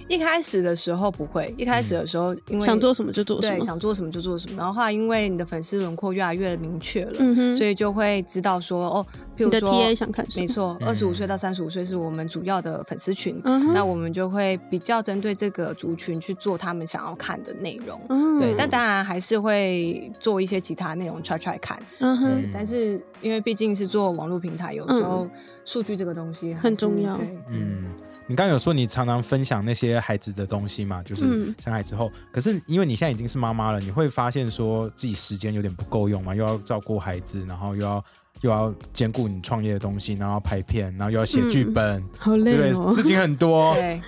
Speaker 3: 一开始的时候不会，一开始的时候因为
Speaker 2: 想做什么就做什
Speaker 3: 对
Speaker 2: 么。
Speaker 3: 想做什么就做什么，然后后来因为你的粉丝轮廓越来越明确了，
Speaker 2: 嗯哼，
Speaker 3: 所以就会知道说哦，
Speaker 2: 你
Speaker 3: 譬如
Speaker 2: 的
Speaker 3: 说
Speaker 2: TA 想看什么？
Speaker 3: 没，错，
Speaker 1: 嗯
Speaker 3: 二十五岁到三十五岁是我们主要的粉丝群，
Speaker 2: 嗯哼，
Speaker 3: 那我们就会比较针对这个族群去做他们想要看的内容。
Speaker 2: 嗯
Speaker 3: 对，那当然还是会做一些其他内容 try try 看，
Speaker 2: 嗯哼，
Speaker 1: 嗯
Speaker 3: 对，但是因为毕竟是做网络平台，有时候数据这个东西还是
Speaker 2: 很重要
Speaker 3: 对，嗯，
Speaker 1: 嗯，你刚刚有说你常常分享那些孩子的东西嘛，就是
Speaker 2: 嗯
Speaker 1: 生孩之后，可是因为你现在已经是妈妈了，你会发现说自己时间有点不够用嘛，又要照顾孩子，然后又要又要兼顾你创业的东西，然后拍片，然后又要写剧本，
Speaker 2: 好
Speaker 1: 对不
Speaker 2: 累
Speaker 1: 对？
Speaker 2: 哦
Speaker 1: 事。情很多，
Speaker 3: 对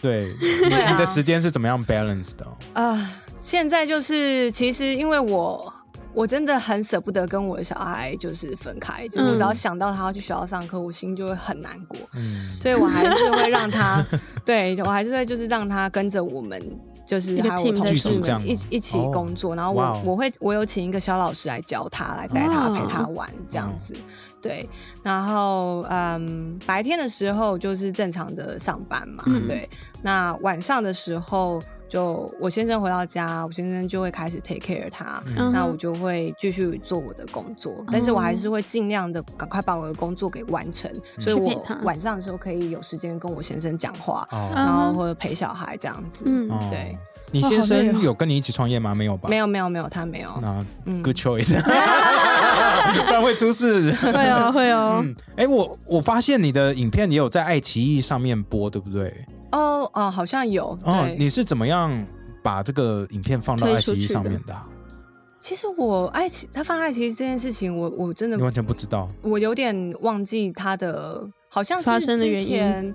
Speaker 1: 对，
Speaker 3: 对啊
Speaker 1: 你的时间是怎么样 balance 的哦、
Speaker 3: 啊，现在就是其实因为我。我真的很舍不得跟我的小孩就是分开，就我只要
Speaker 1: 嗯
Speaker 3: 想到他要去学校上课，我心就会很难过。
Speaker 1: 嗯，
Speaker 3: 所以我还是会 让他，对我还是会就是让他跟着我们，就是
Speaker 2: 一个
Speaker 3: 还有
Speaker 2: team
Speaker 3: 我同
Speaker 2: 在
Speaker 3: 事
Speaker 2: 做
Speaker 1: 这样吗
Speaker 3: 们一起一起
Speaker 1: 哦
Speaker 3: 工作，然后
Speaker 1: 哇哦
Speaker 3: 我我会我有请一个小老师来教他，来带他
Speaker 2: 哦
Speaker 3: 陪他玩这
Speaker 1: 嗯
Speaker 3: 样子，对，然后嗯，白天的时候就是正常的上班嘛，
Speaker 2: 嗯
Speaker 3: 对，那晚上的时候就我先生回到家，我先生就会开始 take care 他，
Speaker 1: 嗯
Speaker 2: 嗯
Speaker 3: 那
Speaker 2: 哼哦
Speaker 3: 我就会继续做我的工作，但是我还是会尽量的赶快把我的工作给完成，所
Speaker 2: 嗯
Speaker 3: 以
Speaker 2: 去陪
Speaker 3: 我
Speaker 2: 他
Speaker 3: 晚上的时候可以有时间跟我先生讲话，
Speaker 1: 哦
Speaker 2: 嗯
Speaker 3: 然后
Speaker 2: 哼
Speaker 3: 或者陪小孩这样子。
Speaker 2: 嗯，
Speaker 1: 哦
Speaker 3: 对。
Speaker 1: 你先
Speaker 2: 哇好累
Speaker 1: 生
Speaker 2: 哦
Speaker 1: 有跟你一起创业吗？没有吧？
Speaker 3: 没有没有没有，他没有。
Speaker 1: 那
Speaker 3: 嗯
Speaker 1: good choice，不然会出 事。
Speaker 2: 会哦， 会哦，
Speaker 1: 嗯，哎、我我发现你的影片也有在爱奇艺上面播，对不对？
Speaker 3: 哦哦，好像有。
Speaker 1: 哦
Speaker 3: 对，，
Speaker 1: 你是怎么样把这个影片放到爱奇艺上面的啊、
Speaker 3: 其实我爱奇他放爱奇艺这件事情，我我真的
Speaker 1: 你完全不知道。
Speaker 3: 我有点忘记他的，好像是
Speaker 2: 发生的原因
Speaker 3: 之前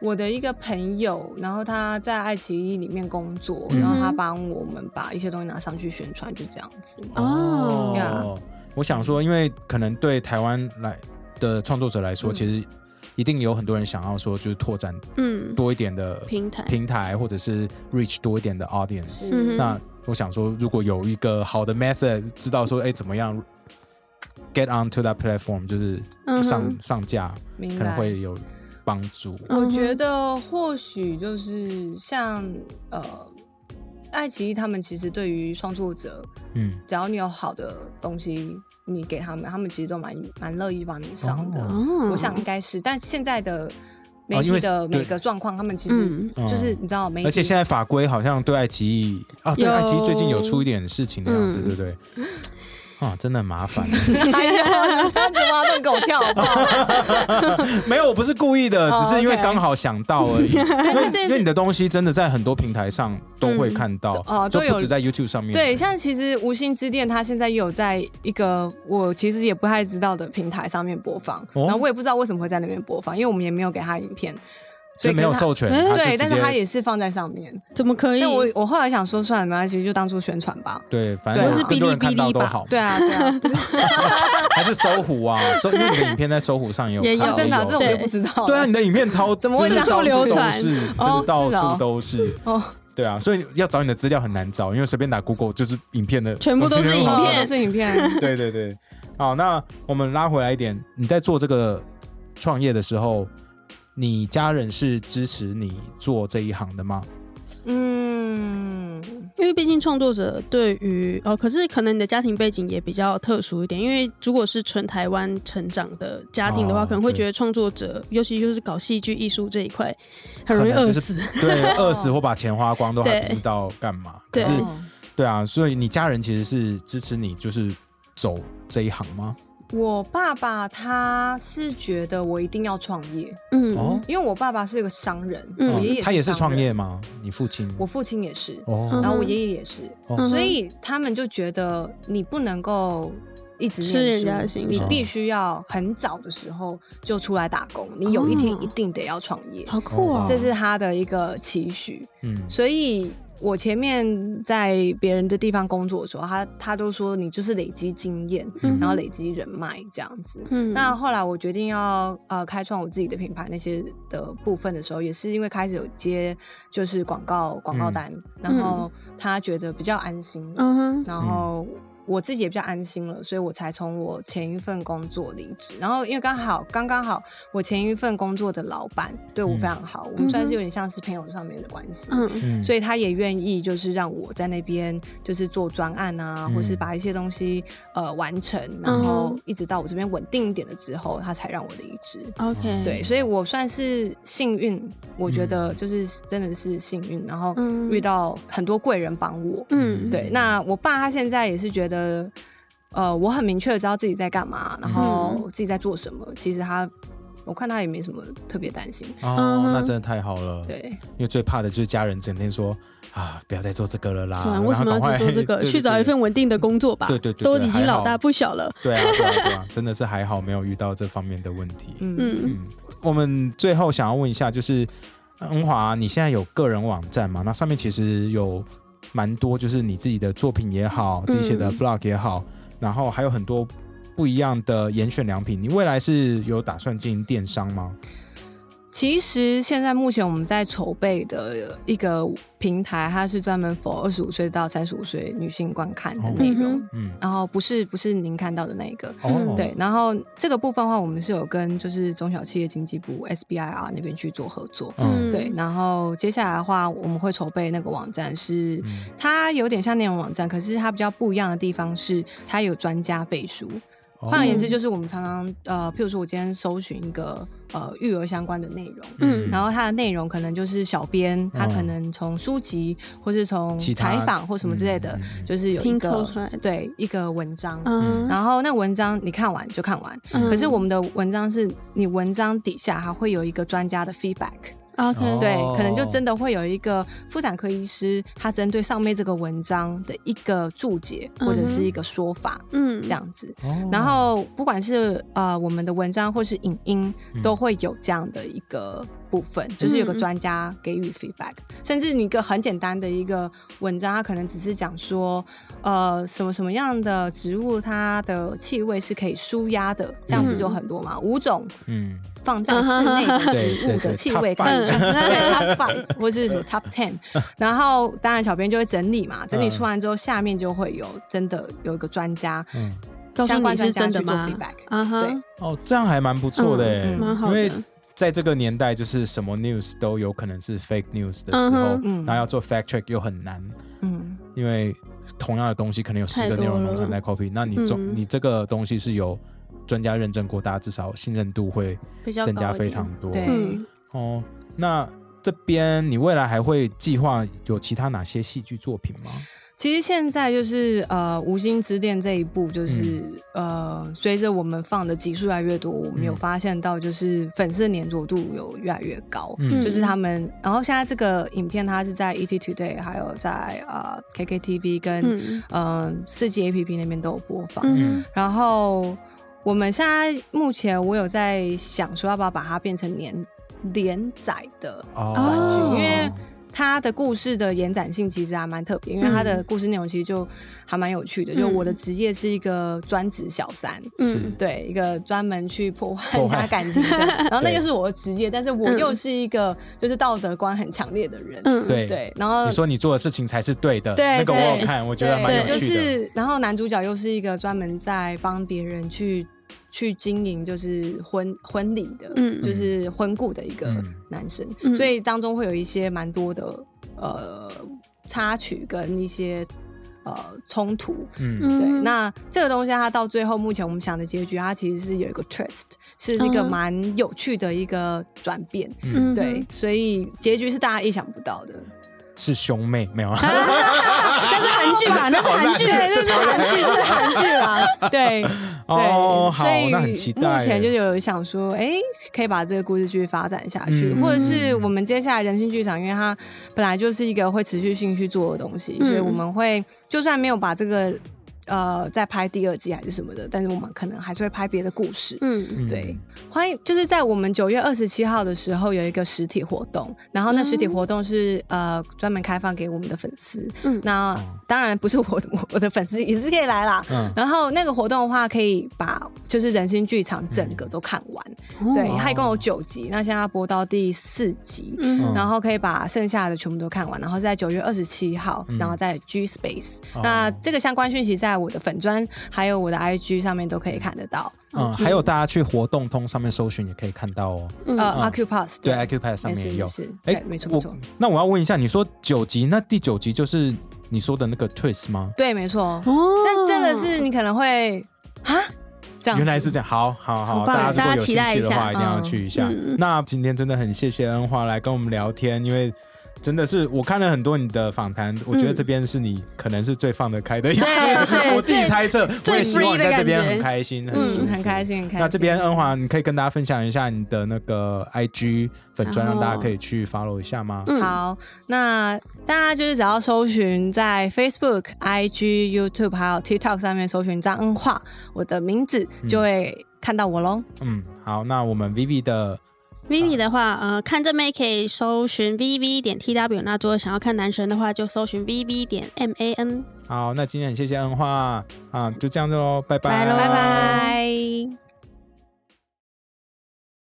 Speaker 3: 我的一个朋友，然后他在爱奇艺里面工作，
Speaker 1: 嗯
Speaker 3: 然后他帮我们把一些东西拿上去宣传，就这样子。
Speaker 2: 哦
Speaker 1: 哦，我想说，因为可能对台湾来的创作者来说，
Speaker 3: 嗯
Speaker 1: 其实一定有很多人想要说，就是拓展
Speaker 2: 嗯，
Speaker 1: 多一点的
Speaker 2: 平台，
Speaker 1: 平台，或者是 reach 多一点的 audience。
Speaker 2: 嗯哼
Speaker 1: 那我想说，如果有一个好的 method，知道说，哎、怎么样 get onto that platform，就是
Speaker 2: 嗯哼
Speaker 1: 上、上架，
Speaker 3: 明
Speaker 1: 可能
Speaker 3: 白。
Speaker 1: 会有帮助。
Speaker 3: 我觉
Speaker 2: 嗯
Speaker 3: 得或许就是像呃，爱奇艺他们其实对于创作者，
Speaker 1: 嗯，
Speaker 3: 只要你有好的东西，你给他们，他们其实都蛮蛮乐意帮你上的。
Speaker 1: 哦
Speaker 2: 哼，
Speaker 3: 我想应该是，但现在的媒
Speaker 1: 哦因为
Speaker 3: 体的每
Speaker 1: 对哦
Speaker 3: 个状况，他们其实
Speaker 2: 嗯，
Speaker 3: 就是你知道媒体，
Speaker 1: 而且 现在法规好像对爱奇艺啊，对
Speaker 2: 有
Speaker 1: 爱奇艺最近有出一点事情的样子，对
Speaker 2: 嗯
Speaker 1: 不对？ 啊，真的很麻烦。
Speaker 3: 哎呀，不要你妈乱给我跳好不好？
Speaker 1: 没有，我不是故意的，
Speaker 3: 哦
Speaker 1: 只是因为
Speaker 3: OK
Speaker 1: 刚好想到 而已。因为
Speaker 3: 这件
Speaker 1: 因
Speaker 3: 事
Speaker 1: 为你的东西真的在很多平台上都会
Speaker 3: 嗯
Speaker 1: 看到，
Speaker 3: 哦
Speaker 1: 就
Speaker 3: 都
Speaker 1: 不
Speaker 3: 有
Speaker 1: 止在 YouTube 上面。
Speaker 3: 对，像其实无心之恋，它现在也有在一个我其实也不太知道的平台上面播放，
Speaker 1: 哦
Speaker 3: 然后我也不知道为什么会在那边播放，因为我们也没有给他影片，
Speaker 1: 就没有
Speaker 3: 可是它嗯
Speaker 1: 授权，
Speaker 2: 哎
Speaker 1: 它就
Speaker 3: 对，
Speaker 1: 直
Speaker 3: 但是他
Speaker 1: 接
Speaker 3: 也是放在上面。
Speaker 2: 怎么可以？
Speaker 3: 但我我后来想说，算了，没关系，就当做宣传吧。
Speaker 1: 对，反
Speaker 3: 对
Speaker 1: 正
Speaker 3: 啊
Speaker 1: 更多人看到都好。
Speaker 3: 对啊，对 啊，
Speaker 1: 还是搜狐啊，搜因为你的影片在搜狐上也有
Speaker 2: 也
Speaker 1: 看
Speaker 2: 有
Speaker 1: 到
Speaker 3: 真的啊，这种我就
Speaker 2: 对
Speaker 3: 不知道了。
Speaker 1: 对啊，你的影片超
Speaker 3: 怎么会
Speaker 1: 真的
Speaker 3: 这样
Speaker 1: 到处
Speaker 2: 流传
Speaker 1: 都是，真
Speaker 3: 哦
Speaker 1: 的到
Speaker 3: 是哦
Speaker 1: 处都是。
Speaker 3: 哦，
Speaker 1: 对啊，所以要找你的资料很难找，因为随便打 Google 就是影片的，
Speaker 2: 全部都是
Speaker 1: 东西
Speaker 2: 影
Speaker 1: 好
Speaker 2: 片
Speaker 3: 是影 片，
Speaker 1: 对对对，好，那我们拉回来一点，你在做这个创业的时候，你家人是支持你做这一行的吗？
Speaker 3: 嗯，
Speaker 2: 因为毕竟创作者对于哦，可是可能你的家庭背景也比较特殊一点，因为如果是纯台湾成长的家庭的话，
Speaker 1: 哦
Speaker 2: 可能会觉得创作者，尤其就是搞戏剧艺术这一块，很容易
Speaker 1: 可能
Speaker 2: 饿
Speaker 1: 就是
Speaker 2: 死。
Speaker 1: 对，饿死或把钱花光都还
Speaker 2: 对
Speaker 1: 不知道干嘛。可
Speaker 2: 对
Speaker 1: 是，
Speaker 3: 哦
Speaker 1: 对啊，所以你家人其实是支持你，就是走这一行吗？
Speaker 3: 我爸爸他是觉得我一定要创业，
Speaker 2: 嗯，
Speaker 1: 哦，
Speaker 3: 因为我爸爸是个商人，
Speaker 2: 嗯
Speaker 3: 我爷爷
Speaker 1: 他也是
Speaker 3: 商
Speaker 1: 创
Speaker 3: 人
Speaker 1: 业，吗？你父亲？
Speaker 3: 我父亲也是，
Speaker 1: 哦
Speaker 2: 嗯
Speaker 3: 然后我爷爷也是，
Speaker 1: 哦
Speaker 3: 所以他们就觉得你不能够。一一直
Speaker 2: 吃
Speaker 3: 念
Speaker 2: 人
Speaker 3: 书
Speaker 2: 家的薪
Speaker 3: 你
Speaker 1: 水
Speaker 3: 必须要很早的时候就出来打工，你
Speaker 2: 哦
Speaker 3: 有一天一定得要创业，
Speaker 2: 好酷
Speaker 1: 哦
Speaker 2: 哦！
Speaker 3: 这是他的一个期许。
Speaker 1: 嗯，
Speaker 3: 所以我前面在别人的地方工作的时候，他他都说你就是累积经验，
Speaker 2: 嗯
Speaker 3: 然后累积人脉这样子。
Speaker 2: 嗯
Speaker 3: 那后来我决定要呃开创我自己的品牌那些的部分的时候，也是因为开始有接就是广告广告单，然后他觉得比较安心，
Speaker 2: 嗯哼，
Speaker 3: 然后我自己也比较安心了，所以我才从我前一份工作离职。然后因为刚好刚刚好，我前一份工作的老板对我非常好，我们算是有点像是朋友上面的关系。
Speaker 2: 嗯
Speaker 1: 嗯
Speaker 3: 所以他也愿意，就是让我在那边就是做专案啊，
Speaker 1: 嗯
Speaker 3: 或是把一些东西呃完成，然后一直到我这边稳定一点了之后，他才让我离职。
Speaker 2: ，OK，
Speaker 1: 嗯
Speaker 3: 对，，所以我算是幸运，我觉得就是真的是幸运，然后
Speaker 2: 嗯
Speaker 3: 遇到很多贵人帮我。
Speaker 2: 嗯，
Speaker 3: 对，那我爸他现在也是觉得，呃，我很明确的知道自己在干嘛，然后
Speaker 1: 嗯
Speaker 3: 自己在做什么。其实他，我看他也没什么特别担心。
Speaker 1: 哦
Speaker 2: 嗯，哼
Speaker 1: 那真的太好了。
Speaker 3: 对，
Speaker 1: 因为最怕的就是家人整天说啊，不要再做这个了啦，
Speaker 2: 对啊，
Speaker 1: 然
Speaker 2: 为什么
Speaker 1: 后赶快
Speaker 2: 要去做这个？
Speaker 1: 对对
Speaker 2: 去找一份稳定的工作吧。
Speaker 1: 对对对对
Speaker 2: 都已经
Speaker 1: 还好
Speaker 2: 老大不小了。
Speaker 1: 对。对啊，对啊，对啊，真的是还好没有遇到这方面的问题。
Speaker 3: 嗯，
Speaker 2: 嗯，
Speaker 1: 嗯，我们最后想要问一下，就是呃恩华，啊你现在有个人网站吗？那上面其实有蛮多，就是你自己的作品也好，自己写的
Speaker 2: 嗯
Speaker 1: vlog 也好，然后还有很多不一样的严选良品。你未来是有打算经营电商吗？
Speaker 3: 其实现在目前我们在筹备的一个平台，它是专门 for 二十五岁到三十五岁女性观看的内容，
Speaker 2: 哦嗯
Speaker 1: 嗯，
Speaker 3: 然后不是不是您看到的那一个。
Speaker 1: 哦，
Speaker 3: 嗯对，然后这个部分的话，我们是有跟就是中小企业经济部 SBIR 那边去做合作，
Speaker 1: 嗯，
Speaker 3: 对，然后接下来的话，我们会筹备那个网站是，
Speaker 1: 嗯
Speaker 3: 它有点像内容网站，可是它比较不一样的地方是，它有专家背书。
Speaker 1: 哦
Speaker 3: 换而言之，
Speaker 2: 嗯
Speaker 3: 就是我们常常呃，譬如说我今天搜寻一个呃育儿相关的内容。
Speaker 2: 嗯
Speaker 3: 然后它的内容可能就是小编，他可能从书籍或是从
Speaker 1: 哦其他
Speaker 3: 采访或什么之类的
Speaker 1: 嗯，嗯嗯
Speaker 3: 就是有一
Speaker 2: 拼凑
Speaker 3: 个
Speaker 2: 出来的
Speaker 3: 对一个文章，
Speaker 2: 嗯，
Speaker 3: 然后那文章你看完就看完，
Speaker 2: 嗯
Speaker 3: 可是我们的文章是你文章底下还会有一个专家的 feedback，
Speaker 1: 哦
Speaker 2: 啊 OK，
Speaker 3: 对，可能就真的会有一个妇产科医师，他针对上面这个文章的一个注解
Speaker 2: 嗯哼
Speaker 3: 或者是一个说法，
Speaker 2: 嗯，
Speaker 3: 这样子。
Speaker 1: 哦
Speaker 3: 然后不管是呃我们的文章或是影音，
Speaker 1: 嗯
Speaker 3: 都会有这样的一个部分，就是有个专家给予 feedback，甚至你一个很简单的一个文章，它可能只是讲说，呃，什么什么样的植物它的气味是可以舒压的，这样不是有很多嘛？五种
Speaker 1: 嗯，
Speaker 3: 放在室内的植物的气味可以
Speaker 1: 对对
Speaker 2: 对 top
Speaker 3: 对 top five 或是什么 top ten，然后当然小编就会整理嘛，
Speaker 1: 嗯
Speaker 3: 整理出完之后，下面就会有真的有一个专家，
Speaker 1: 嗯
Speaker 2: 告诉
Speaker 3: 相关
Speaker 2: 你是真的
Speaker 3: 专家
Speaker 2: 吗
Speaker 3: 去做 feedback？
Speaker 2: 啊哈
Speaker 3: 对，
Speaker 1: 哦，这样还蛮不错的耶，
Speaker 3: 嗯嗯
Speaker 2: 蛮好
Speaker 1: 因为
Speaker 2: 的。
Speaker 1: 在这个年代，就是什么 news 都有可能是 fake news 的时候
Speaker 2: 嗯，
Speaker 3: 哼
Speaker 1: 然后要做 fact check 又很难，
Speaker 3: 嗯，
Speaker 1: 因为同样的东西可能有十
Speaker 2: 太
Speaker 1: 个
Speaker 2: 多
Speaker 1: 内容农
Speaker 2: 了
Speaker 1: 场在 copy，那你总、
Speaker 2: 嗯
Speaker 1: 你这个东西是有专家认证过，大家至少信任度会
Speaker 2: 比较
Speaker 1: 增加
Speaker 2: 高一
Speaker 1: 非
Speaker 2: 点
Speaker 1: 常多。
Speaker 3: 对
Speaker 2: 嗯
Speaker 1: 哦，那这边你未来还会计划有其他哪些戏剧作品吗？
Speaker 3: 其实现在就是呃，无心之恋这一步，就是、呃，随着我们放的集数越来越多，我们有
Speaker 1: 嗯
Speaker 3: 发现到就是粉丝粘着度有越来越高。
Speaker 1: 嗯
Speaker 3: 就是他们，然后现在这个影片它是在 ET Today，还有在呃 KKTV 跟
Speaker 2: 嗯
Speaker 3: 嗯四 G APP 那边都有播放。
Speaker 2: 嗯
Speaker 3: 然后我们现在目前我有在想说要不要把它变成连连载的，
Speaker 1: 哦，
Speaker 3: 因为它的故事的延展性其实还蛮特别，因为它的故事内容其实就还蛮有趣的。就
Speaker 2: 嗯
Speaker 3: 我的职业是一个专职小三，
Speaker 1: 是
Speaker 2: 嗯
Speaker 3: 对，一个专门去破坏
Speaker 1: 破
Speaker 3: 人
Speaker 1: 坏
Speaker 3: 家感情 的，然后那
Speaker 1: 对
Speaker 3: 就是我的职业，但是我
Speaker 2: 嗯
Speaker 3: 又是一个就是道德观很强烈的人，
Speaker 2: 嗯，
Speaker 1: 对
Speaker 3: 对，然后
Speaker 1: 你说你做的事情才是对的，
Speaker 3: 呃对
Speaker 1: 那个我有
Speaker 3: 对
Speaker 1: 看，我觉
Speaker 3: 对，
Speaker 1: 得蛮有
Speaker 3: 就
Speaker 1: 趣的。
Speaker 3: 是然后男主角又是一个专门在帮别人去去经营就是婚婚礼的，
Speaker 2: 嗯
Speaker 3: 就是婚顾的一个
Speaker 1: 嗯
Speaker 3: 男生，
Speaker 2: 嗯
Speaker 3: 所以当中会有一些蛮多的呃插曲跟一些呃冲突，
Speaker 1: 嗯
Speaker 2: 嗯
Speaker 3: 对，那这个东西它到最后，目前我们想的结局，它其实是有一个 twist，是一个
Speaker 2: 嗯
Speaker 3: 蛮有趣的一个转变。
Speaker 2: 嗯
Speaker 3: 对，所以结局是大家意想不到的，
Speaker 1: 是兄妹没有 啊？
Speaker 3: 但是韩剧 吧，那是韩剧，
Speaker 2: 嗯
Speaker 3: 对，那是韩剧，那是韩剧啦， 对，
Speaker 1: 哦，好，那很
Speaker 3: 对，所
Speaker 1: 期
Speaker 3: 以
Speaker 1: 待
Speaker 3: 目
Speaker 1: 耶。
Speaker 3: 前就有想说，哎，可以把这个故事继续发展下去，
Speaker 1: 嗯
Speaker 3: 或者是我们接下来人性剧场，因为它本来就是一个会持续性去做的东西，
Speaker 2: 嗯
Speaker 3: 所以我们会就算没有把这个呃再拍第二季还是什么的，但是我们可能还是会拍别的故事。
Speaker 2: 嗯，
Speaker 1: 嗯
Speaker 3: 对，欢迎就是在我们九月二十七号的时候有一个实体活动，然后那实体活动是、呃专门开放给我们的粉丝。
Speaker 2: 嗯
Speaker 3: 那当然不是我我我的粉丝也是可以来啦。
Speaker 1: 嗯
Speaker 3: 然后那个活动的话，可以把就是人心剧场整个都看完。
Speaker 2: 哦
Speaker 3: 对，
Speaker 1: 哦
Speaker 3: 它一共有九集，那现在要播到第四集。
Speaker 2: 嗯
Speaker 3: 然后可以把剩下的全部都看完，然后是在九月二十七号，
Speaker 1: 嗯
Speaker 3: 然后在 G Space、
Speaker 1: 哦
Speaker 3: 那这个相关讯息在我的粉砖还有我的 IG 上面都可以看得到。
Speaker 1: 嗯，
Speaker 2: 哦
Speaker 1: 还有大家去活动通上面搜寻也可以看到哦。
Speaker 2: 嗯
Speaker 3: 呃 a c u p a s
Speaker 1: 对 i q p a d 上
Speaker 3: 没
Speaker 1: 面
Speaker 3: 事
Speaker 1: 也
Speaker 3: 没
Speaker 1: 有。
Speaker 3: 事，
Speaker 1: 哎
Speaker 3: 对，没错
Speaker 1: 我
Speaker 3: 没错，
Speaker 1: 那我要问一下，你说九集，那第九集就是你说的那个 twist 吗？
Speaker 3: 对没错。
Speaker 2: 哦
Speaker 3: 但真的是你可能会啊，这样
Speaker 1: 原来是这样，好好好，
Speaker 2: 好棒
Speaker 1: 大家如果有兴
Speaker 2: 大家
Speaker 1: 趣
Speaker 2: 期待一
Speaker 1: 的
Speaker 2: 下
Speaker 1: 话，一定要去一下。
Speaker 2: 嗯
Speaker 1: 那今天真的很谢谢恩华来跟我们聊天，因为真的是我看了很多你的访谈，我觉得这边是你可能是最放得开的一次，
Speaker 2: 对 对
Speaker 1: 我自己
Speaker 2: 最
Speaker 1: 猜测，我也希望
Speaker 2: free
Speaker 1: 你
Speaker 2: 的
Speaker 1: 在这边
Speaker 2: 感觉
Speaker 1: 很开心，很舒服
Speaker 3: 嗯，很开心很开心。
Speaker 1: 那这边恩华，你可以跟大家分享一下你的那个 IG 粉砖，
Speaker 2: 然
Speaker 1: 让
Speaker 2: 后
Speaker 1: 大家可以去 follow 一下吗？
Speaker 2: 嗯
Speaker 3: 好，那大家就是只要搜寻在 Facebook、IG、YouTube 还有 TikTok 上面搜寻张恩化我的名字，就会看到我喽。
Speaker 1: 嗯，好，那我们 Vivi 的
Speaker 2: Vivi 的话，呃，看正妹可以搜寻 Vivi 点 T W。那如果想要看男神的话，就搜寻 Vivi 点 M A N。
Speaker 1: 好，那今天很谢谢恩华啊，就这样子喽，拜拜，
Speaker 2: 拜喽
Speaker 3: 拜拜。